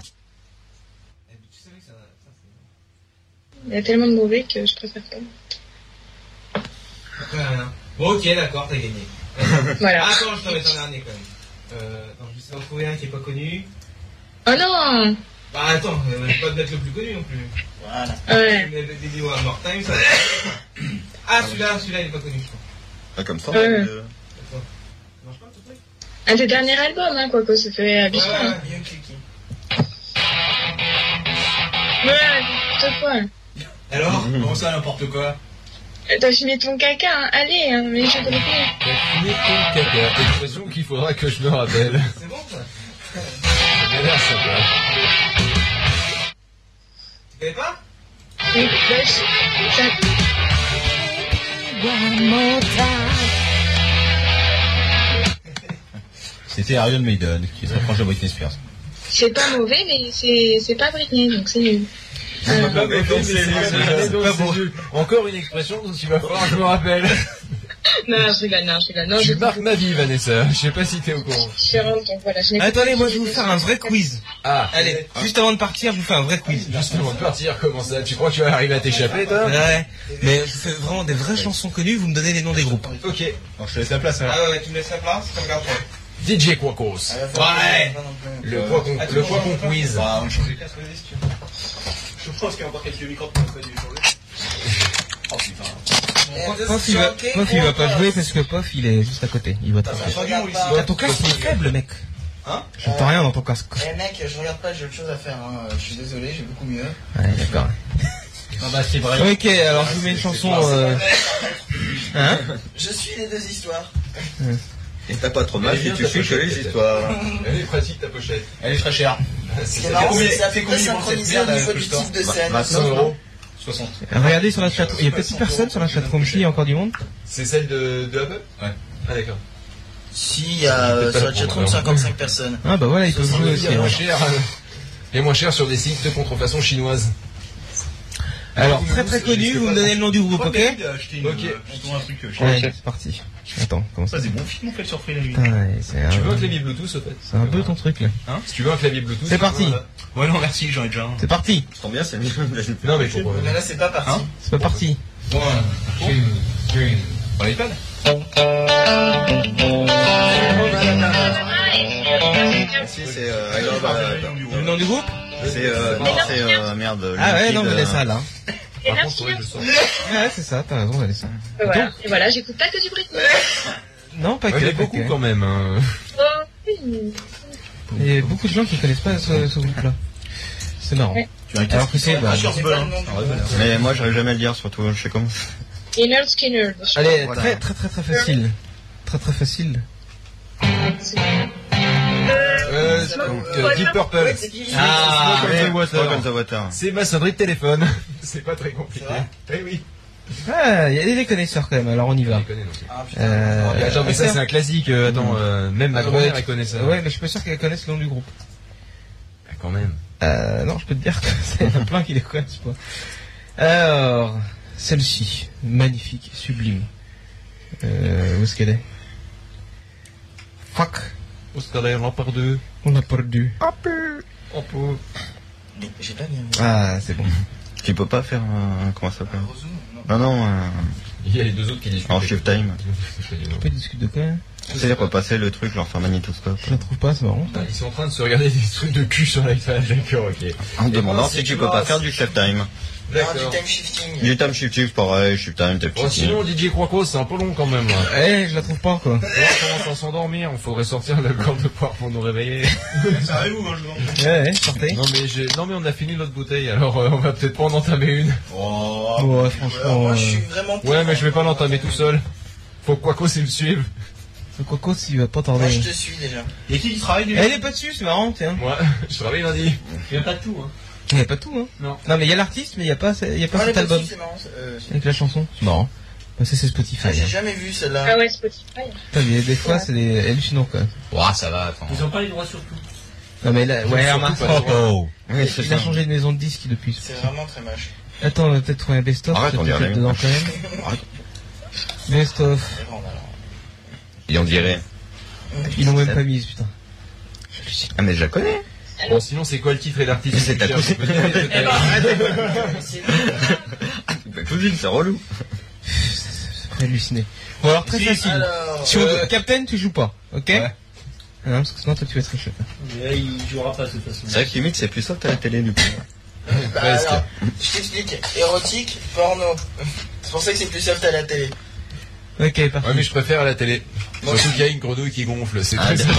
B: Il y a tellement de mauvais que je préfère pas.
A: Bon, ok, d'accord, t'as gagné.
B: Voilà.
A: Ah, attends, je t'en mets un dernier quand même. Euh, attends, je vais essayer d'en trouver un qui est pas connu.
B: Oh non
A: Bah attends, euh, je vais pas te mettre le plus connu non plus.
B: Ouais.
A: Mais le Baby One More Time, ça. *coughs* Ah, celui-là, celui-là, il est pas connu, je crois.
H: Ah, comme ça.
B: Ouais.
H: euh,
A: Ça marche pas, ton truc
B: Un des derniers albums, hein, quoi que se fait
A: Ouais,
B: habituellement.
A: ouais, bien cliqué.
B: Ouais, n'importe quoi.
E: Alors, comment ça, n'importe quoi
B: Euh, T'as fumé ton caca, hein. allez, hein, mais je connais pas.
C: T'as fumé ton caca. T'as l'impression qu'il faudra que je me
A: *laughs*
C: rappelle.
A: C'est bon, ça
C: Ça l'air sympa.
A: Tu connais pas
B: Mais, bah, je- ça-
E: C'était Arion Maiden qui se rapproche de Britney Spears.
B: C'est pas mauvais, mais c'est c'est pas Britney, donc c'est nul. Euh,
C: Pas
A: *laughs*
C: mauvais, mais c'est pas mauvais. Encore une expression dont il va falloir que je me rappelle.
B: Non, *laughs* non, je rigole, non, je rigole. Non,
E: Tu
B: je
E: marques ma vie, Vanessa. Je sais pas si t'es au courant.
B: différente, donc voilà. Je n'ai
A: Attendez, moi je vais vous faire un vrai quiz.
E: Ah,
A: allez, juste avant de partir, je vous fais un vrai quiz.
E: Juste avant de partir, comment ça Tu crois que tu vas arriver à t'échapper, toi
A: Ouais, mais je vous fais vraiment des vraies chansons connues, vous me donnez les noms des groupes.
E: Ok.
L: Alors, je te laisse la place alors.
H: Ah ouais, tu me laisses la place Comme regarde toi.
E: DJ Quacos.
H: Ouais.
E: Le quoi qu'on le quoi qu'on quiz.
L: Bah, on change.
J: Je pense qu'il y a encore quelques micros qu'on peut changer.
L: Oh putain.
A: Pof il, va, Pof, il va pas jouer parce que Pof il est juste à côté, il va te faire. Ah, Ton casque est faible mec.
K: Hein
A: J'entends rien dans ton casque.
K: Eh mec, je regarde pas, j'ai autre chose à faire. hein. Je suis désolé, j'ai beaucoup mieux.
A: Ouais, d'accord.
J: Ah bah c'est vrai.
A: Ok, alors je vous mets une chanson. euh, Hein
K: Je suis les deux histoires.
H: Et t'as pas trop mal
L: Elle est
H: si tu
L: bien,
H: fais
L: ta
H: que les
L: pochette.
H: histoires.
E: Elle est pratique ta pochette.
L: Elle est très chère.
K: Ce qui
E: C'est
K: est
E: ça.
K: marrant,
L: combien-
K: c'est que ça
L: ça
K: fait
L: fait combien pour
K: très
L: cette
K: synchronisé
L: merde,
E: euh,
K: au niveau
L: je
K: du
L: te
K: type de
L: sors.
K: scène.
L: Ma-
E: 100 euros.
L: 60.
A: Regardez sur la chatroom, il y a peut-être personne sur la chatroom, si, il y a encore du monde
E: C'est celle de, de Apple
L: Ouais.
E: Ah d'accord.
K: Si, il y a euh, sur la chatroom 55 personnes.
A: Ah bah voilà, ils peuvent jouer aussi.
E: Les
A: alors.
E: moins euh, cher. Les moins chers sur des sites de contrefaçon chinoise.
A: Alors, très très connu, vous me donnez le nom du groupe, ok
L: J'ai acheté une,
E: Ok.
L: euh, justement un truc. euh, je-
A: Ouais, c'est parti. Attends, comment ça
L: Ça, c'est bon film, on fait le surpris la nuit.
A: Putain, ouais, c'est
E: Tu veux un
A: un...
E: clavier Bluetooth au fait
A: c'est un peu ton truc là.
E: Si tu euh, veux un clavier Bluetooth.
A: C'est parti.
E: voilà.
L: Ouais, non, merci, j'en ai déjà un.
A: C'est parti,
H: Je sens bien, *laughs* c'est euh, mieux.
E: Non mais pour.
K: Mais là, c'est pas parti.
L: Hein
A: c'est pas parti.
L: One, two, three. Pour l'iPad
H: Si, c'est. euh, I love, euh,
A: Le nom du groupe
H: C'est. euh, Non, c'est. euh, Merde. euh,
A: Ah ouais, non, mais laisse
E: euh,
A: ça
H: Liquid,
A: là.
B: Et
E: Par
B: là,
E: contre, ouais, je sens.
A: Ouais, c'est ça, t'as raison, laisse ça.
B: Et voilà, et voilà j'écoute pas que du Britney.
A: Non, pas que.
E: Il y en a
A: pas
E: beaucoup
A: que.
E: quand même. hein.
B: Oh, oui.
A: Il y a beaucoup de gens qui connaissent pas ce, ce groupe-là. C'est marrant.
L: Tu as un
A: Alors que c'est. bah,
K: Je sais pas le nom.
H: euh, Mais moi, j'arrive jamais à le dire, surtout, je sais comment.
B: Leonard Skinner. je sais
A: Allez,
H: Voilà.
A: très très très très facile. Très très facile.
B: pas, c'est-
E: Euh, euh, Deep Purple.
A: Ah,
E: Smoke on the Water.
H: Walk on the water.
E: C'est ma sonnerie de téléphone. *laughs* C'est pas très compliqué. Eh oui.
A: Ah, il y a des connaisseurs quand même, alors on y va.
K: Ah, putain.
A: Euh,
E: Mais attends, mais ça c'est un classique. euh, Attends, euh, même ma
A: Ouais,
E: grand-mère
A: tu-
E: elle connaît ça.
A: Ouais, mais je suis pas sûr qu'elles connaissent le nom du groupe.
E: Ah, Quand même.
A: Euh, non, je peux te dire que *laughs* c'est un plein qui les connaissent pas. Alors, celle-ci, magnifique, sublime. Euh, où est-ce qu'elle est Fuck,
E: On se calait l'un par deux.
A: on a perdu.
E: On peut.
K: J'ai pas bien.
A: Ah, c'est bon.
H: Tu peux pas faire. euh, Comment ça s'appelle
K: Rosu, non.
H: Non, non, euh,
E: Il y a les deux autres qui discutent.
H: en shift time.
A: On peut discuter de quoi hein
H: C'est repasser le truc, leur faire magnétoscope.
A: Je la trouve pas, c'est marrant.
E: Ils sont en train de se regarder des trucs de cul sur l'iPad. D'accord, ok.
H: En
E: Et
H: demandant
E: moi,
H: si
E: c'est
H: tu
E: du
H: peux pas
E: Mars.
H: faire du shift time.
K: Non, du
E: D'accord.
K: time shifting.
H: Du time shift shift, pareil, shift time, t'es
E: Bon,
H: petit.
E: Oh, sinon, DJ Croco, c'est un peu long quand même. là.
A: Eh, je la trouve pas quoi.
E: Là, on commence à s'endormir, on faudrait sortir le corps de poire pour nous *laughs* réveiller.
L: Ça arrive où, hein, je vends
A: Ouais, ouais, sortez.
E: Non mais, j'ai- non mais on a fini l'autre bouteille, alors euh, on va peut-être pas en entamer une.
L: Oh.
A: Ouais,
K: Alors,
A: franchement,
K: moi, je
A: euh,
K: suis vraiment.
E: Ouais mais je vais pas l'entamer tout seul. Faut que Quacos il me suive.
A: le coco, s'il va pas
K: Moi,
A: tarder. Eh,
K: je te suis déjà.
L: Et qui qui travaille du
A: Elle est pas dessus, c'est marrant, tiens.
E: Moi, *laughs* je travaille lundi.
J: Il n'y a pas de tout, hein.
A: Il y a pas tout, hein.
E: Non.
A: mais il y a l'artiste, mais il y a pas, il y a pas
K: Moi, les
A: cet album
K: petits, c'est marrant. euh, c'est-
A: avec la chanson. C'est marrant. Bah, ça c'est Spotify.
K: Ah, J'ai
A: hein.
K: jamais vu
B: Ah
K: celle-là.
B: ouais, Spotify. hein.
A: Putain, mais des fois c'est des- hallucinant quoi.
L: Ouah, ça va, attends.
J: Ils ont pas les droits sur tout.
A: Non mais là, ouais,
E: surtout
A: remarque,
E: pas les
L: Oh.
H: Oui, c'est
A: il a
H: ça.
A: changé de maison de disque depuis.
K: C'est vraiment très moche.
A: Attends, on va peut-être trouver un best-of.
H: Arrête,
A: c'est
H: on dirait
A: peut-être
H: rien.
A: dedans quand même. Best-of.
K: C'est grand, alors.
H: Et on dirait.
A: Ils l'ont même pas mise, putain.
H: Ah, mais je la connais.
E: Bon sinon c'est quoi le titre et l'artiste
H: C'est ta cousine.
J: Eh ben,
H: Ma cousine, c'est relou.
A: J'ai halluciné. Bon alors très facile.
K: Alors,
A: Si on
K: euh,
A: veut- Captain, tu joues pas, ok
L: Ouais.
A: Ah Non, parce que sinon toi tu vas être échec.
J: Mais il jouera pas de toute façon.
H: C'est vrai que limite, c'est plus ça que t'as la télé, du coup.
K: bah,
E: presque.
K: alors, je t'explique. Érotique, porno. C'est pour ça que c'est plus soft à la télé.
A: Ok, parfait.
E: Ouais mais je préfère à la télé. Surtout qu'il y a une grenouille qui gonfle, c'est
H: Ah,
E: très
H: d'accord.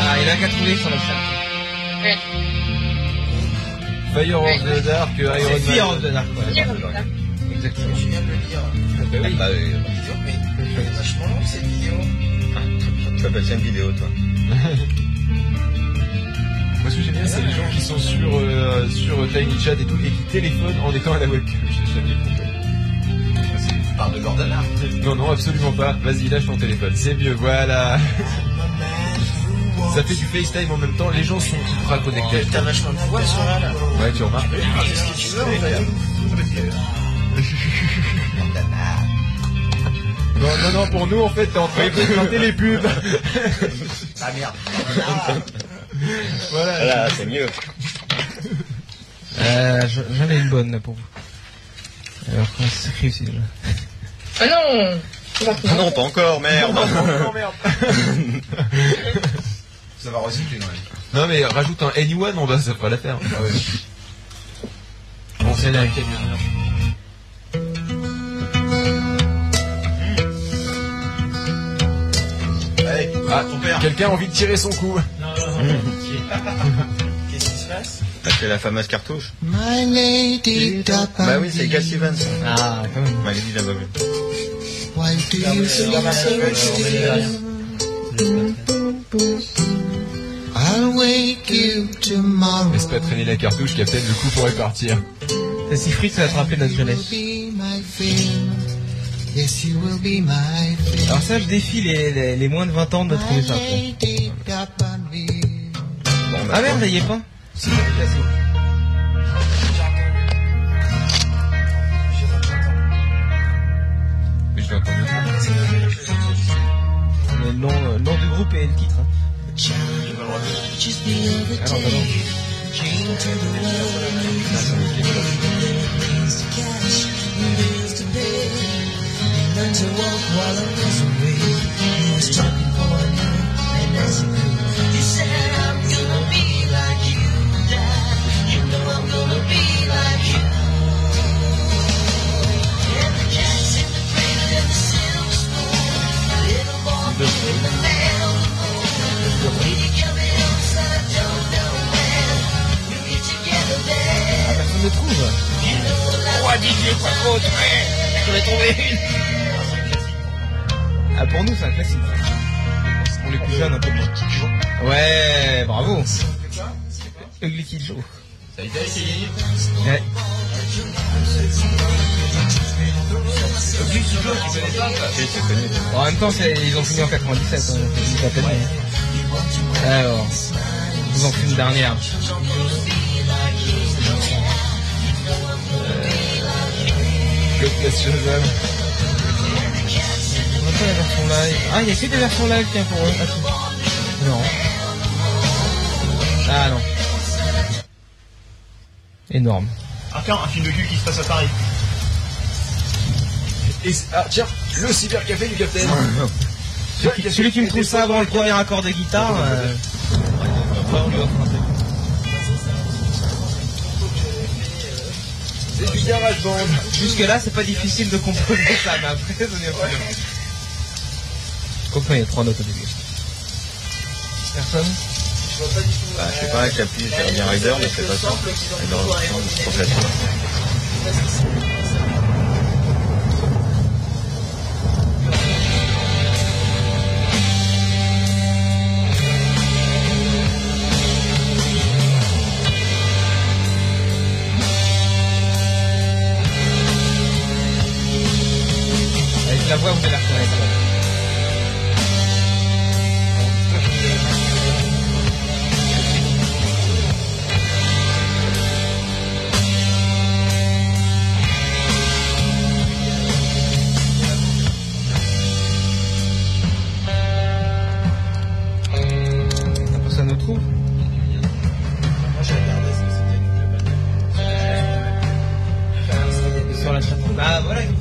A: Ah, il y en a qu'à trouver sur le chat.
E: Fire of the Dark,
A: C'est
E: Iron
A: Fear
E: Man.
A: of the Dark, ouais.
E: Ah,
A: Exactement.
K: Tu viens de le dire.
E: Bah
A: Ah
E: oui.
H: Bah, euh,
K: Vidéo, mais elle est vachement longue cette vidéo.
H: tu vas passer une vidéo, toi.
C: Moi, ce que j'aime bien, c'est les gens qui sont sur, euh, sur Tiny Chat et tout et qui téléphonent en étant à la webcam. J'ai jamais compris. Tu parles de Gordon Non, non, absolument pas. Vas-y, lâche ton téléphone. C'est mieux,
J: *laughs*
C: voilà. Ça fait du FaceTime en même temps. Les gens sont ultra connectés.
J: Oh, T'as vachement de voix sur là, là.
C: Ouais, tu remarques.
J: Fais ce que tu
C: *laughs*
J: veux, en fait.
C: Non, non, non, pour nous, en fait, t'es en train de présenter les pubs.
J: Ah merde.
C: Voilà.
H: Voilà, Ah, c'est mieux.
A: Euh, j'en- J'en ai une bonne là pour vous. Alors comment ça s'écrit aussi déjà
B: Ah non
H: Ah non, pas encore, merde. Ah,
E: Ça va recycler, non
C: Non, mais rajoute un anyone en bas, ça fera l'affaire. Bon, c'est là.
E: Allez,
C: Ah,
E: ton père.
C: quelqu'un a envie de tirer son coup.
J: Qu'est-ce qui se passe
H: T'as fait la fameuse cartouche
D: My lady
H: Bah oui, c'est Gas Evans.
A: Ah, quand même.
H: Bah, Lady Gaga.
D: Why do
J: Ah,
D: you sleep so still?
J: Ah,
D: I'll wake you tomorrow.
C: Laisse pas traîner la cartouche, Captain, le coup pourrait partir.
A: C'est Siegfried, ça va te rappeler notre jeunesse.
D: Be my fill. Yes, you will be my fill.
A: Alors ça, je défie les, les, les moins de 20 ans de me trouver ça. après.
D: Lady upon me.
H: Bon, bah,
A: Ah merde, il y est pas
C: Mais je l'entends bien.
A: Le nom, euh, nom du groupe et le titre. hein.
D: Just the other
A: Ah non, pardon.
D: day, came to the well. Bills to cash, bills to pay. Learned to walk while I was away. You was talking for a night, and as you do, you said I'm gonna be like you, Dad. You know I'm gonna be like you. And the cats in the cradle and the silver spoon. A little more in the man on the moon. The way you come in, son, I don't know when. We'll get together then.
A: Ah, Personne ne trouve. Ah, pour nous, c'est un classique. On les plus jeunes un peu moins. Ouais, bravo. Ugly Kid Joe. Ouais. En même temps, c'est- ils ont fini en 97, hein, c'est juste à peine. Alors, je vous en fais une dernière.
C: God bless Shazam.
A: On a pas la version live. Ah, il y a que des versions live, tiens, pour eux. Attends. Non. Ah non. Énorme.
C: Ah,
G: Encore un film de cul qui se passe à Paris.
C: Et c'est- ah, tiens, le cybercafé du Captain. Tiens, il y a
A: Celui qui me trouve ça avant le premier accord de guitare. euh,
C: C'est du garage band.
A: Jusque là, c'est pas difficile de composer ça, mais après, ça n'est pas bien. Combien il y a trois notes au début Personne
H: Bah, je sais pas, avec la pluie, j'ai bien Rider, mais c'est pas ça. Rider, non, complètement.
A: Avec la voix, vous allez la reconnaître. Personne ne trouve Sur la chatroom.
G: Bah,
A: Ah voilà, ils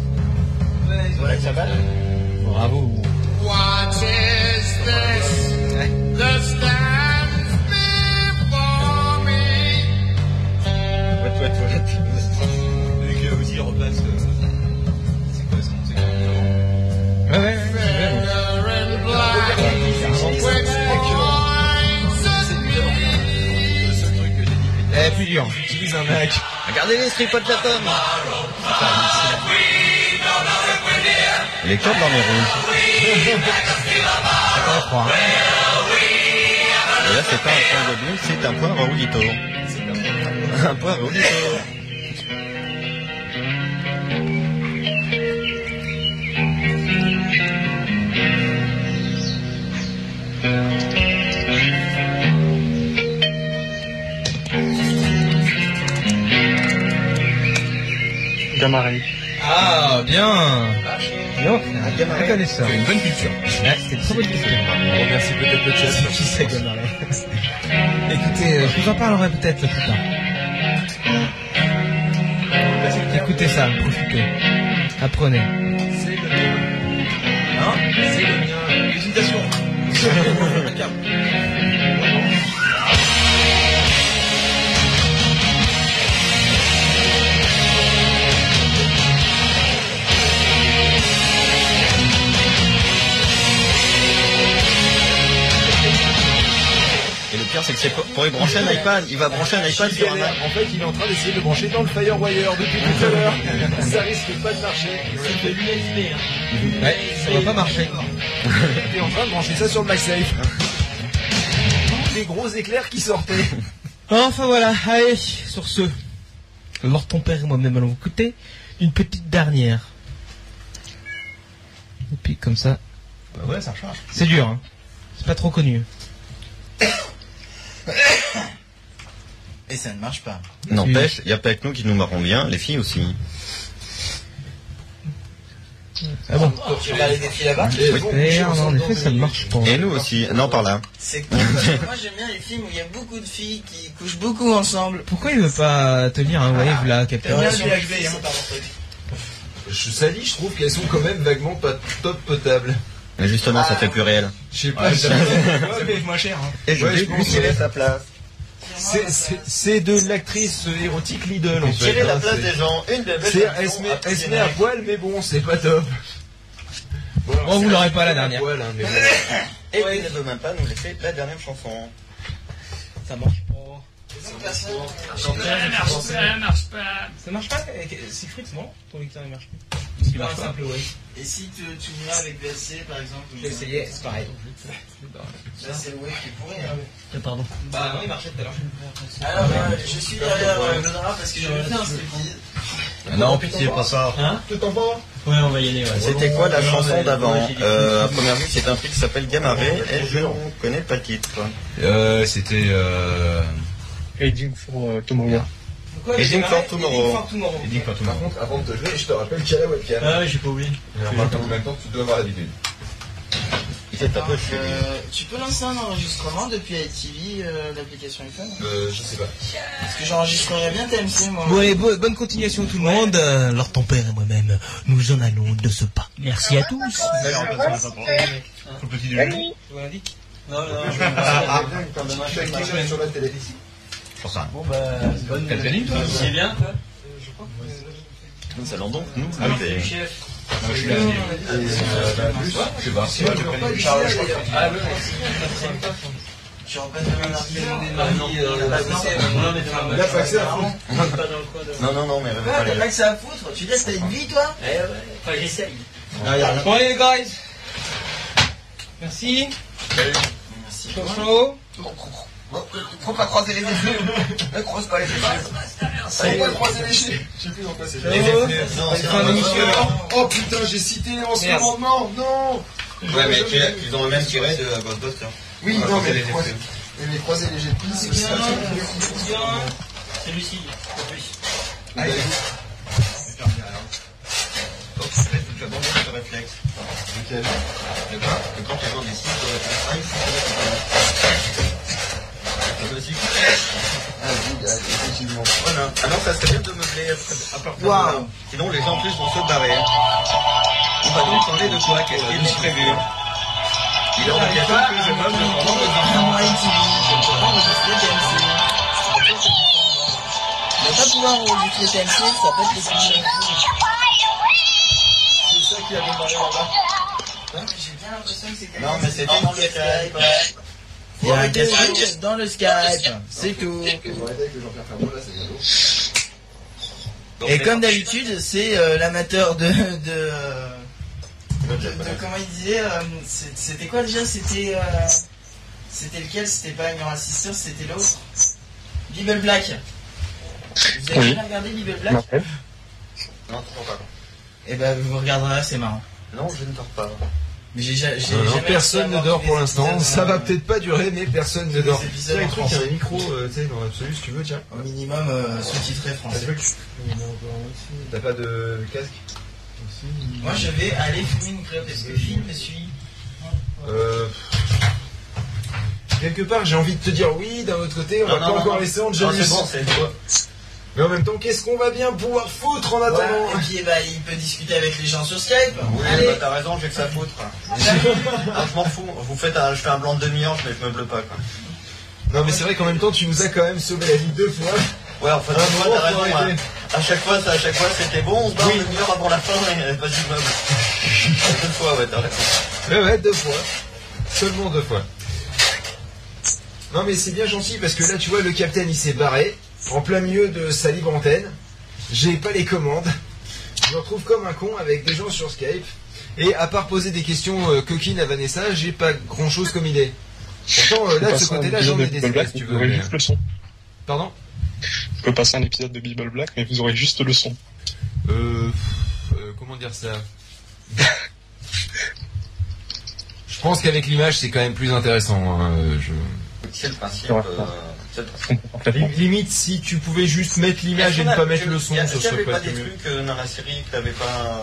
J: Voilà, ça va
A: Bravo.
D: What is this that stands before me?
H: Ouais, toi, toi.
G: Vu que Ozzy repasse. euh, C'est quoi son c'est quoi
A: Ouais, ouais, ouais. ouais.
D: Render and black, which points at me.
G: Le seul truc que j'ai dit.
A: Eh, plus dur. Utilise un Mac.
H: Regardez les stripotes de la pomme. Les cordes dans les rouges.
A: Attends, je crois.
H: Et là, c'est pas un point Goblin, c'est un point Raoulito. Un point Raoulito.
F: Gamarelli.
A: Ah, bien Bien, un connaisseur. Une bonne culture. c'est une très bonne culture.
E: On remercie peut-être le chat.
A: Qui c'est Gamarelli *laughs* Écoutez, euh, je vous en parlerai peut-être plus tard. Écoutez ça, profitez. Apprenez.
D: C'est le mien. Hein C'est le mien. Les imitations. Impeccable.
H: Et le pire, c'est que c'est pas- pour lui brancher un iPad, il va brancher un iPad sur un iPad.
E: En fait, il est en train d'essayer de le brancher dans le Firewire depuis tout à l'heure. Ça risque pas de marcher. C'est l'USB.
A: Ouais, ça va pas marcher.
E: Il est en train de brancher ça sur le MySafe. Des gros éclairs qui sortaient.
A: Enfin voilà, allez, sur ce, Lord ton père et moi-même allons écouter une petite dernière. Et puis comme ça,
B: Bah ouais, ça recharge.
A: c'est dur, hein. C'est pas trop connu.
J: Et ça ne marche pas.
H: N'empêche, il n'y a pas que nous qui nous marrons bien, les filles aussi.
A: Ah bon
J: Tu parlais des filles là-bas
H: Oui.
A: Eh, non, en effet, ça ne marche pas.
H: Et nous aussi. Non, par là.
J: C'est cool, parce que moi j'aime bien les films où il y a beaucoup de filles qui couchent beaucoup ensemble.
A: Pourquoi il veut pas tenir un wave là, Captain
J: Ouais,
A: Sur-
J: mais la fille, c'est pas mon truc.
E: Je salis, je trouve qu'elles sont quand même vaguement pas top potables.
H: Mais justement, ça fait plus réel.
E: Je sais pas.
H: Ouais,
E: je-
H: ça-
E: Ouais, mais-
D: moins cher. Hein.
H: Et je
E: Ouais,
H: vais
E: je
H: lui
E: pense,
H: tirer
E: ouais.
H: sa place.
E: C'est- c'est- C'est de l'actrice érotique Lidl en fait.
H: Tirer la
E: hein,
H: place
E: c'est-
H: des gens. Une des
E: C'est-
H: belles
E: Elle se met-
H: actions
E: elle se
H: à
E: met à
H: tirer.
E: poil, mais bon, c'est pas top.
A: Bon, vous l'aurez pas la dernière.
E: Poil, *laughs* hein, mais bon.
H: Et il ne veut même pas nous laisser la dernière chanson.
A: Ça marche pas.
D: Ça marche, ça marche pas.
A: Ça marche pas C'est Fritz, non Ton lecteur il marche pas.
J: Il marche pas.
A: simple wave.
J: Et si tu, tu viens avec BSC par exemple
A: J'ai essayé, c'est pareil.
J: Là c'est le web qui pourrait. Hein.
M: Pardon.
A: Bah non, il marchait tout à l'heure.
J: Alors euh, je suis derrière euh, le drap parce que j'en ai fait un striptease.
H: Non, pitié, pas ça.
M: Hein
E: Tout en bas.
M: Ouais, on va y aller. Ouais.
H: C'était quoi la
M: Non,
H: chanson
M: mais-
H: d'avant
M: moi, j'ai dit-
H: euh, À première vue, c'est un truc qui s'appelle Gamaré et je ne connais pas le titre.
B: Euh, c'était. Euh...
F: Heading for euh, Tomorrow.
J: Pourquoi
H: Et
J: j'ai
H: Ding
J: marré-
H: for Tomorrow.
J: Ding for Tomorrow.
B: Edding for
E: Par
B: Tomorrow.
E: contre, avant de te jouer, je te rappelle qu'il y a la webcam.
M: Ah ouais, j'ai pas oublié.
E: Alors, maintenant, maintenant, tu dois avoir l'habitude.
H: C'est un
J: Attends,
H: peu chelou.
J: euh, tu peux lancer un enregistrement depuis ITV, euh, l'application iPhone hein
E: Euh, je sais pas.
J: Parce que j'enregistrerais bien TMC moi.
A: Bon allez, bo- bonne continuation tout le monde. Euh, Alors ton père et moi-même, nous en allons de ce pas.
M: Merci à tous.
B: Le petit déjeuner.
A: Je vous l'indique.
J: Non, non, non.
E: Sur la télé.
H: Pour ça.
J: Bon bah, bonne
B: T'as le planning, toi
J: C'est bien
H: Nous allons donc nous lever.
B: Moi, je suis là.
E: Je sais pas.
J: Tu repasses le même argument.
E: Il a pas accès à fond.
H: Non, non, non, mais rêve pas
J: Ouais,
H: les
J: T'as pas
H: rêves.
J: que ça à foutre Tu dis que t'as une vie toi
A: Bon allez les guys. Merci.
J: Merci.
A: Ciao ciao.
J: Faut pas croiser les effets. Ne croise pas les effets.
H: Ça y est.
E: Faut pas croiser les chiens. Je sais plus dans quoi c'était.
H: Non, c'est
A: Fin
H: un
A: d'émission.
E: Oh putain, j'ai cité en ce
A: Merde.
E: moment. Non
H: Ouais, mais tu- ils ont même tiré de euh, Ghostbusters.
E: Oui,
H: Ah,
E: non,
H: c'est
E: mais
H: les
E: crois-
H: effets.
E: mais les croiser les jets de piste, c'est ça.
J: C'est Lucie.
E: Allez.
H: Donc, en fait, toute la bande est sur réflexe. Le bas, le grand qui des six, sur le cinq, c'est le- le aussi.
E: Ah oui, ah, effectivement.
H: Voilà. Alors, ça serait bien de meubler à partir de
J: Waouh.
H: là. Sinon, les gens en plus vont se barrer. hein. On va donc parler de quoi Qu'est-ce qui était prévu Il est hors de question que je meuble pendant le temps.
J: Ne pas pouvoir enregistrer le TMC, ça peut être les sujets.
E: C'est ça qui a démarré là-bas.
J: J'ai bien l'impression que c'est quand
H: Non,
J: même-
H: mais c'était
J: dans
H: dans
J: le
H: le
J: Skype. Il y a un casting dans le Skype, c'est tout.
E: Ils ont arrêté avec le Jean-Pierre Ferrand, là, c'est bien lourd.
H: Donc,
J: Et
H: les-
J: comme d'habitude, c'est euh, l'amateur de, de, euh, de- de- Comment il disait euh, c'est- C'était quoi déjà C'était. euh, C'était lequel C'était pas Ignorant Sister, c'était l'autre Bible Black. Vous avez
F: Oui.
J: déjà regardé Bible Black
F: Marcel
J: Non, toujours pas. Eh ben, vous regarderez, c'est marrant. Non, je ne dors pas. Mais j'ai ja- j'ai
A: Non, Euh, non,
J: jamais
A: personne
J: réussi
A: ne
J: à
A: dort
J: avoir
A: pour
J: tous les
A: l'instant.
J: épisodes,
A: Ça
J: euh,
A: va peut-être pas durer, mais personne ne
J: tous les
A: dort.
J: épisodes
A: Tiens,
J: en
A: un truc, il y a
J: France.
A: un micro, euh, tu sais, dans l'absolu, si tu veux, tiens.
J: Au minimum euh, sous-titré français.
A: T'as pas de casque
J: Moi, je vais aller fumer une clope. Est-ce que Phil me suit
A: Euh, Quelque part, j'ai envie de te dire oui, d'un autre côté, on
J: Non,
A: va
J: non,
A: pas
J: non,
A: encore
J: non.
A: laisser
J: Non,
A: Angelus.
J: c'est bon, c'est
A: mais en même temps, qu'est-ce qu'on va bien pouvoir foutre en
J: Voilà,
A: attendant
J: Et puis, eh ben, il peut discuter avec les gens sur Skype.
H: Oui,
J: Allez.
H: bah, t'as raison, j'ai que ça à foutre. Ah, je m'en fous. Vous faites un- je fais un blanc de demi-ange, mais je me bleu pas. Quoi.
A: Non, mais c'est vrai qu'en même temps, tu nous as quand même sauvé la vie deux fois.
H: Ouais, en fait,
A: Ah, bon,
H: toi, t'as
A: faut
H: raison.
A: arrêter.
H: hein. À chaque fois, ça- à chaque fois, c'était bon. On se barre une demi-heure avant la fin et euh, vas-y, meuble. Deux fois, ouais, t'as raison.
A: Ouais, ouais, deux fois. Seulement deux fois. Non, mais c'est bien gentil parce que là, tu vois, le capitaine il s'est barré en plein milieu de sa libre antenne. J'ai pas les commandes. Je me retrouve comme un con avec des gens sur Skype. Et à part poser des questions euh, coquines à Vanessa, j'ai pas grand chose comme idée. Pourtant, euh, là, de ce côté-là, j'en ai des idées si tu veux.
F: aurez
A: mais-
F: juste le son.
A: Pardon
F: Je peux passer un épisode de Bible Black, mais vous aurez juste le son.
A: Euh, euh, comment dire ça Je pense qu'avec l'image, c'est quand même plus intéressant. hein, euh, je...
H: C'est le principe.
A: Ouais.
H: euh, c'est le principe.
A: Lim- Limite, si tu pouvais juste mettre l'image et ne pas mettre le son,
H: Y a-
A: ça
H: y avait
A: serait
H: pas
A: pas
H: des
A: mieux.
H: trucs euh, dans la série que t'avais pas.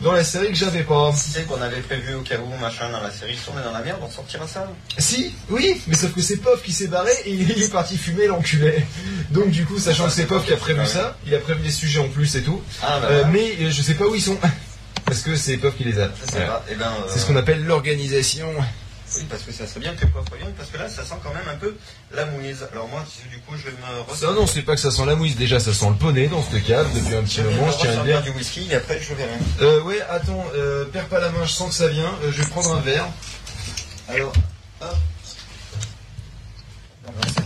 A: Dans la série que j'avais pas.
H: Tu sais qu'on avait prévu au cas où, machin, dans la série, si on est dans la merde, on sortira ça.
A: Si, oui, mais sauf que c'est Pof qui s'est barré et il est parti fumer l'enculé. Donc du coup, sachant que c'est Pof qui a prévu ça, il a prévu les sujets en plus et tout.
H: Ah, bah,
A: Euh,
H: voilà.
A: mais euh, je sais pas où ils sont. *laughs* Parce que c'est Pof qui les a.
H: Je sais
A: Voilà.
H: pas. Eh ben, euh,
A: C'est ce qu'on appelle l'organisation.
H: Oui, parce que ça serait bien que les coiffes reviennent, parce que là, ça sent quand même un peu la mouise. Alors moi, du coup, je vais me
A: Ça non, Oh, c'est pas que ça sent la mouise, déjà ça sent le poney dans cette cave depuis un petit
H: Je vais me
A: moment, je tiens à le dire.
H: ressortir du whisky et après, je verrai.
A: Euh, ouais, attends, euh, perds pas la main, je sens que ça vient, Euh, je vais prendre un verre.
H: Alors, hop.
A: c'est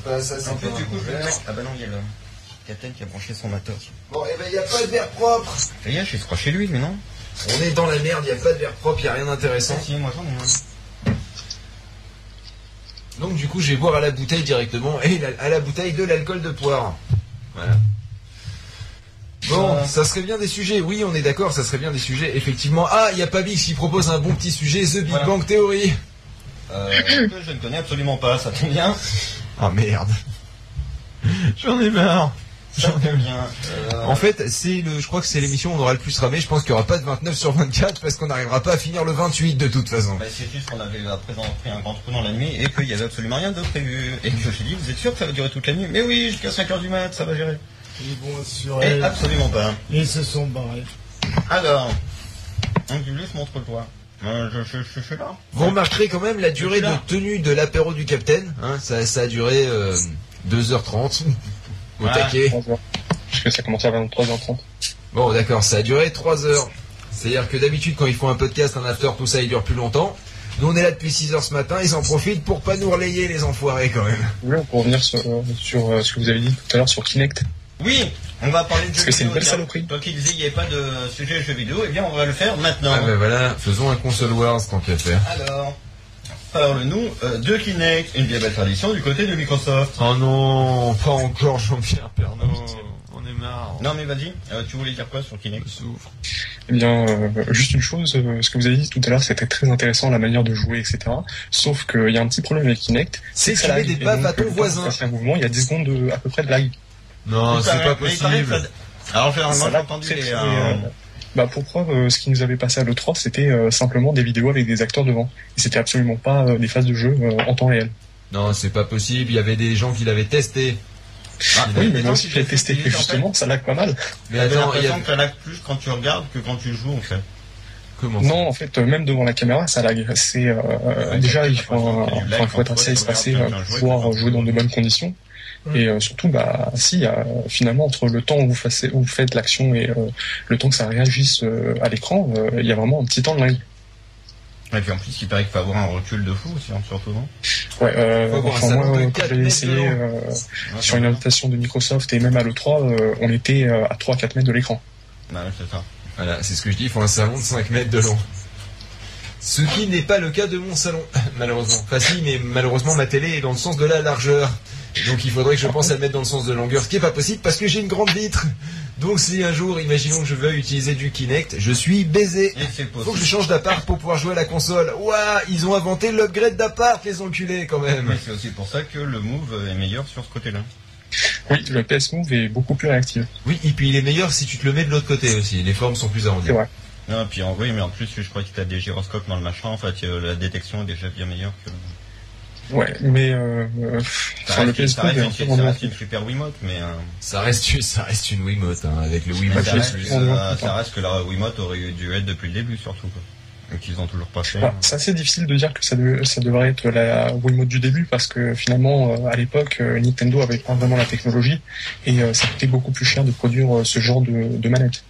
A: pas Bah, ça, c'est
H: En plus,
A: pas
H: du
A: un
H: coup, je vais
A: verre.
H: le mettre- Ah bah non, il y a le capitaine qui a branché son matos.
A: Bon, et ben y a pas de verre propre
H: Ça y est, je crois chez lui, mais non
A: On est dans la merde, y a pas de verre propre, y a rien d'intéressant.
H: Si, moi, j'en ai un.
A: Donc du coup, je vais boire à la bouteille directement et la- à la bouteille de l'alcool de poire. Voilà. Bon,
E: Voilà.
A: ça serait bien des sujets. Oui, on est d'accord, ça serait bien des sujets. Effectivement. Ah, il y a Pabix qui propose un bon petit sujet, The Big
H: Voilà.
A: Bang Theory.
H: Euh, *coughs* que je ne connais absolument pas, ça tombe bien.
A: Ah merde. *laughs* J'en ai marre.
H: Ça tombe bien. Euh,
A: En fait, c'est le, je crois que c'est l'émission où on aura le plus ramé. Je pense qu'il n'y aura pas de 29 sur 24 parce qu'on n'arrivera pas à finir le 28 de toute façon.
H: Bah, c'est juste qu'on avait à présent pris un grand trou dans la nuit et qu'il n'y avait absolument rien de prévu. Et que j'ai dit, vous êtes sûr que ça va durer toute la nuit Mais oui, jusqu'à 5h du mat, ça va gérer.
N: Ils vont sur
H: Et
N: elle.
H: absolument pas.
N: Ils se sont barrés.
H: Alors, Angulus, montre-toi. Euh, je, je, je, je suis là.
A: Vous remarquerez quand même la durée de tenue de l'apéro du capitaine. hein, ça, ça a duré euh, 2h30 au
F: Ouais.
A: taquet.
F: Parce que ça commence à 23h30.
A: Bon, d'accord, ça a duré 3 heures. C'est-à-dire que d'habitude, quand ils font un podcast, un after, tout ça, il dure plus longtemps. Nous, on est là depuis 6 heures ce matin, ils en profitent pour pas nous relayer, les enfoirés, quand même.
F: Oui, pour revenir sur, euh, sur, euh, ce que vous avez dit tout à l'heure sur Kinect.
H: Oui, on va parler de
F: Parce
H: jeux
F: que c'est
H: vidéo.
F: une belle
H: tiens.
F: saloperie.
H: Toi qui disais qu'il n'y avait pas de sujet jeux vidéo, eh bien on va le faire maintenant.
A: Ah,
F: bah.
A: ben voilà, faisons un console wars, tant qu'à faire.
H: Alors, parle-nous euh, de Kinect, une bien belle tradition du côté de Microsoft.
A: Oh non, pas encore Jean-Pierre Pernaut. On est marre.
H: Non mais vas-y, euh, tu voulais dire quoi sur Kinect
F: Eh bien, euh, juste une chose, euh, ce que vous avez dit tout à l'heure, c'était très intéressant, la manière de jouer, etc. Sauf qu'il y a un petit problème avec Kinect.
A: C'est
F: que
A: que
F: ça
A: tu mets
F: lag,
A: des
F: et
A: baffes
F: donc,
A: à ton
F: euh, quand
A: voisin.
F: vous faites un mouvement, il y a 10 secondes de- à peu près de lag.
E: Ah,
A: Non,
H: Il paraît- mais il paraît que ça- Alors
F: Ça
H: généralement j'ai
F: lag
H: entendu
F: très,
H: les...
F: très,
H: euh,
F: euh, Bah pour preuve, euh, ce qui nous avait passé à l'E3, c'était euh, simplement des vidéos avec des acteurs devant. Et c'était absolument pas euh, des phases de jeu euh, en temps réel.
A: Non, c'est pas possible, il y avait des gens qui l'avaient testé. Il y
F: oui,
A: avait
F: mais
A: des
F: moi
A: gens
F: aussi
A: qui
F: je l'ai
A: l'avaient
F: testé,
A: testé,
F: et justement, ça lag pas mal.
A: Ah, Mais
H: J'ai
A: attends, il y
H: l'impression
A: a...
H: que ça lag plus quand tu regardes que quand tu joues en fait.
A: Comment ça
F: Non, en fait, euh, même devant la caméra, ça lag. C'est euh, déjà il faut, un-
H: il y a du lag
F: enfin, il faut être
H: entre
F: assez
H: les regards,
F: espacé
H: bien
F: euh,
H: joué,
F: pour pouvoir euh, jouer dans de bonnes conditions. Et euh, surtout, bah, si euh, finalement entre le temps où vous, fassez, où vous faites l'action et euh, le temps que ça réagisse euh, à l'écran, euh, il y a vraiment un petit temps de lag.
H: Et puis en plus il paraît qu'il faut avoir un recul de fou aussi, hein, surtout non
F: Ouais, euh,
H: Faut voir
F: enfin,
H: ça
F: moi,
H: dans
F: euh,
H: le
F: quand
H: quatre
F: j'avais
H: mètres
F: essayé
H: de long.
F: euh, sur une invitation de Microsoft et même à l'E3, euh, on était euh, à 3-4 mètres de l'écran.
H: Bah, c'est ça.
A: Voilà, c'est ce que je dis, il faut un salon de 5 mètres de long.
E: Ce qui n'est pas le cas de mon salon, *laughs* malheureusement. Enfin si, mais malheureusement ma télé est dans le sens de la largeur. Donc il faudrait que je pense à le mettre dans le sens de longueur, ce qui n'est pas possible parce que j'ai une grande vitre. Donc si un jour, imaginons que je veux utiliser du Kinect, je suis baisé. Faut que je change d'appart pour pouvoir jouer à la console. Ouah, ils ont inventé l'upgrade d'appart, les enculés quand même.
H: Mais c'est aussi pour ça que le move est meilleur sur ce côté-là.
F: Oui, le PS Move est beaucoup plus réactif.
E: Oui, et puis il est meilleur si tu te le mets de l'autre côté aussi. Les formes sont plus arrondies.
F: C'est vrai.
H: Non, puis en, oui, mais en plus, je crois que t'as des gyroscopes dans le machin, en fait, euh, la détection est déjà bien meilleure que.
F: Ouais, mais euh, euh,
H: Ça
F: enfin, le
H: reste, une-
F: PS
H: ça
F: Move est un
H: reste une,
F: peu
H: ça
F: moins-
H: reste une super Wiimote, mais. euh,
E: Ça reste, ça reste une Wiimote, hein, avec le
H: mais
E: Wiimote.
H: ça, reste,
E: Plus.
H: euh, ça reste que la Wiimote aurait dû être depuis le début, surtout. Quoi. Et qu'ils ont toujours pas fait.
F: Bah, c'est assez difficile de dire que ça, de- ça devrait être la Wiimote du début parce que finalement euh, à l'époque euh, Nintendo avait pas vraiment la technologie et euh, ça coûtait beaucoup plus cher de produire euh, ce genre de, de manette.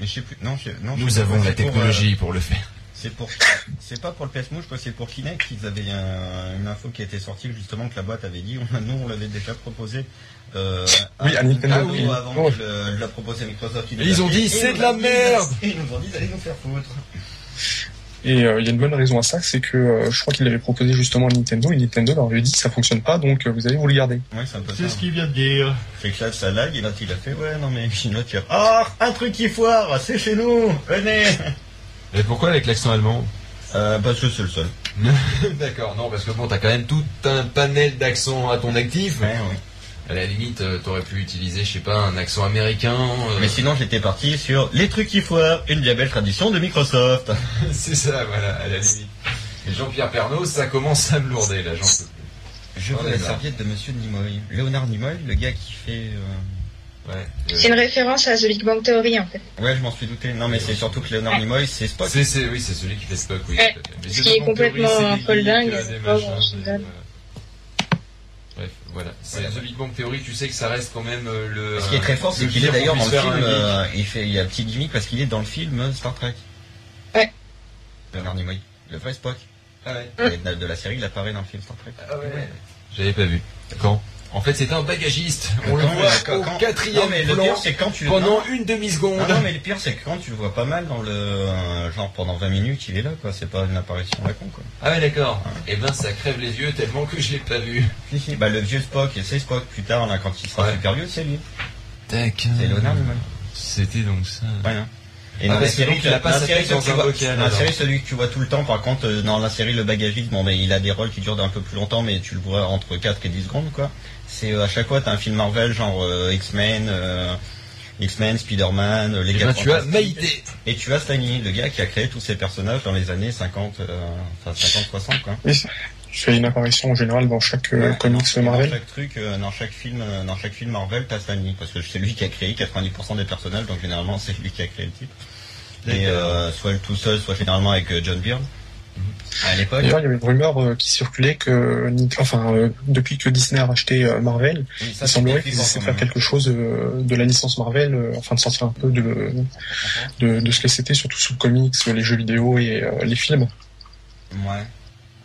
H: Mais je sais plus. Non, je- non,
E: Nous
H: je sais
E: avons
H: pas,
E: la
H: c'est pour,
E: technologie
H: euh,
E: pour le faire.
H: C'est pour. C'est pas pour le PS Move, je crois que c'est pour Kinect. Ils avaient un- une info qui était sortie justement que la boîte avait dit. *laughs* on- nous, on l'avait déjà proposé. Euh,
F: Oui, à
H: un-
F: Nintendo,
H: un
F: oui.
H: mois avant
F: Oh.
H: que le- la propose à Microsoft.
F: Et ils ont dit,
H: Et
F: c'est
H: nous
F: de la
H: ont dit-
F: merde
H: Et *laughs* ils nous ont dit d'aller nous faire foutre.
F: Et euh, il y a une bonne raison à ça, c'est que euh, je crois qu'il avait proposé justement à Nintendo et Nintendo leur avait dit ça fonctionne pas donc euh, vous allez vous le garder.
H: Ouais, c'est un peu
F: C'est
H: ça.
F: ce
H: qu'il vient de dire. Fait que là, ça lag, et là, il a fait, ouais, non, mais *laughs* puis l'autre, il a, ah, un truc qui foire, c'est chez nous,
F: *laughs*
H: venez
E: Mais pourquoi avec l'accent allemand *laughs*
H: euh, Parce que c'est le seul.
E: D'accord, non, parce que bon, t'as quand même tout un panel d'accents à ton actif. À la limite, euh, t'aurais pu utiliser, je sais pas, un accent américain. euh,
H: Mais sinon, j'étais parti sur les trucs qui foirent, une bien belle tradition de Microsoft.
E: c'est ça, voilà, à la limite. Et Jean-Pierre Pernaut, ça commence à me lourder, là, j'en peux plus.
H: Je
E: J'en
H: veux
E: ai
H: la
E: marre.
H: serviette de monsieur Nimoy. Léonard Nimoy, le gars qui fait. euh,
B: C'est une référence à The Big Bang Theory en fait.
H: Ouais, je m'en suis douté. Non, mais c'est surtout que Léonard Nimoy, c'est Spock.
E: C'est, c'est, oui, c'est celui qui fait Spock, oui.
B: Ouais,
E: tout à fait. Mais
B: ce
E: c'est
B: qui est
E: vraiment
B: complètement
E: théorie, c'est des
B: folle dingue.
E: geeks, euh, des
B: pas
E: machins,
B: grand chose
E: des-
B: d'autre.
E: Bref, voilà. C'est The Big Bang Theory, tu sais que ça reste quand même euh, le.
H: Ce qui est très fort, c'est
E: le
H: qu'il est
E: pire
H: d'ailleurs
E: qu'on
H: dans le
E: puisse faire
H: film.
E: à un geek.
H: euh, il fait, il y a un petit gimmick parce qu'il est dans le film euh, Star Trek.
B: Ouais.
H: Leonard Nimoy, le vrai Spock.
E: Ah ouais.
H: De, de la série, il apparaît dans le film Star Trek.
E: Ah ouais. J'avais pas vu. Quand En fait, c'était un bagagiste. On le
H: Quand-
E: voit
H: quand-
E: au
H: quand-
E: quatrième
H: non, mais le
E: plan
H: pire, c'est quand tu-
E: pendant
H: non.
E: une demi-seconde.
H: Non, non, mais le pire, c'est que quand tu le vois pas mal dans le. euh, genre pendant 20 minutes, il est là, quoi. C'est pas une apparition à la con, quoi.
E: Ah ouais, d'accord. Et ben, ça crève les yeux tellement que je l'ai pas vu.
H: Si, si, bah le vieux Spock, et c'est Spock plus tard, là, quand il sera super vieux, c'est lui.
E: Tac.
H: C'est Leonard Nimoy.
E: C'était donc ça.
H: Ouais, hein. Et
E: Ah,
H: dans
E: mais
H: la série,
E: donc,
H: tu
E: il a pas
H: dans la
E: sa
H: série,
E: tête
H: celui
E: dans
H: que tu
E: un
H: vois-
E: bocal,
H: dans la
E: alors.
H: série, celui que tu vois tout le temps, par contre, euh, dans la série, le bagagiste, bon, mais il a des rôles qui durent un peu plus longtemps, mais tu le vois entre 4 et 10 secondes, quoi. C'est euh, à chaque fois, t'as un film Marvel, genre euh, X-Men, euh, X-Men, Spider-Man, euh, les
E: Eh
H: gars.
E: ben, tu as
H: fantastiques.
E: Maïté.
H: Et tu as Stanley, le gars qui a créé tous ces personnages dans les années 50, euh, enfin 50, 60, quoi.
F: Et ça- je fais une apparition en général dans chaque euh,
H: Ouais,
F: comics
H: Et Dans
F: Marvel.
H: chaque truc, euh, dans chaque film, euh, dans chaque film Marvel, t'as Stanley parce que c'est lui qui a créé 90% des personnages, donc généralement *laughs* c'est lui qui a créé le type. Et euh, soit tout seul, soit généralement avec euh, John Byrne.
E: Mhm.
H: À l'époque.
F: D'ailleurs, il y avait une rumeur euh, qui circulait que, Nint- enfin, euh, depuis que Disney a racheté euh, Marvel,
H: Oui, ça,
F: il
H: c'est
F: semblerait
H: flippant,
F: qu'ils essaient de
H: quand
F: faire
H: même.
F: quelque chose euh, de la licence Marvel, euh, enfin de sortir un peu de, de, de ce que c'était, surtout sous le comics, les jeux vidéo et euh, les films.
H: Ouais.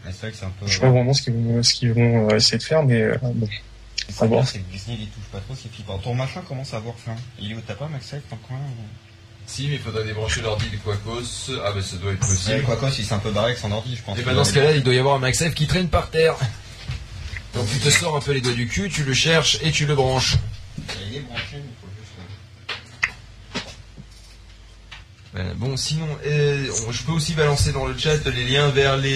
H: Mais c'est vrai que c'est un peu. euh,
F: Je sais pas vraiment ce qu'ils vont, ce qu'ils vont euh, essayer de faire, mais euh, bon,
H: C'est
F: à voir.
H: bien, c'est que Disney il y touche pas trop, c'est flippant. Ton machin commence à avoir faim. Il est où t'as pas Maxel ton coin ou-
E: Si, mais il faudrait débrancher l'ordi de Quacos. Ah bah, ça doit être possible.
H: Ouais, Quacos, il s'est un peu barré avec son ordi, je pense.
E: Et bah, dans ce cas-là, il doit y avoir un MaxF qui traîne par terre. Donc, tu te sors un peu les doigts du cul, tu le cherches et tu le branches.
H: Il est branché, mais faut juste.
E: Voilà. Bon, sinon, euh, on- je peux aussi balancer dans le chat les liens vers les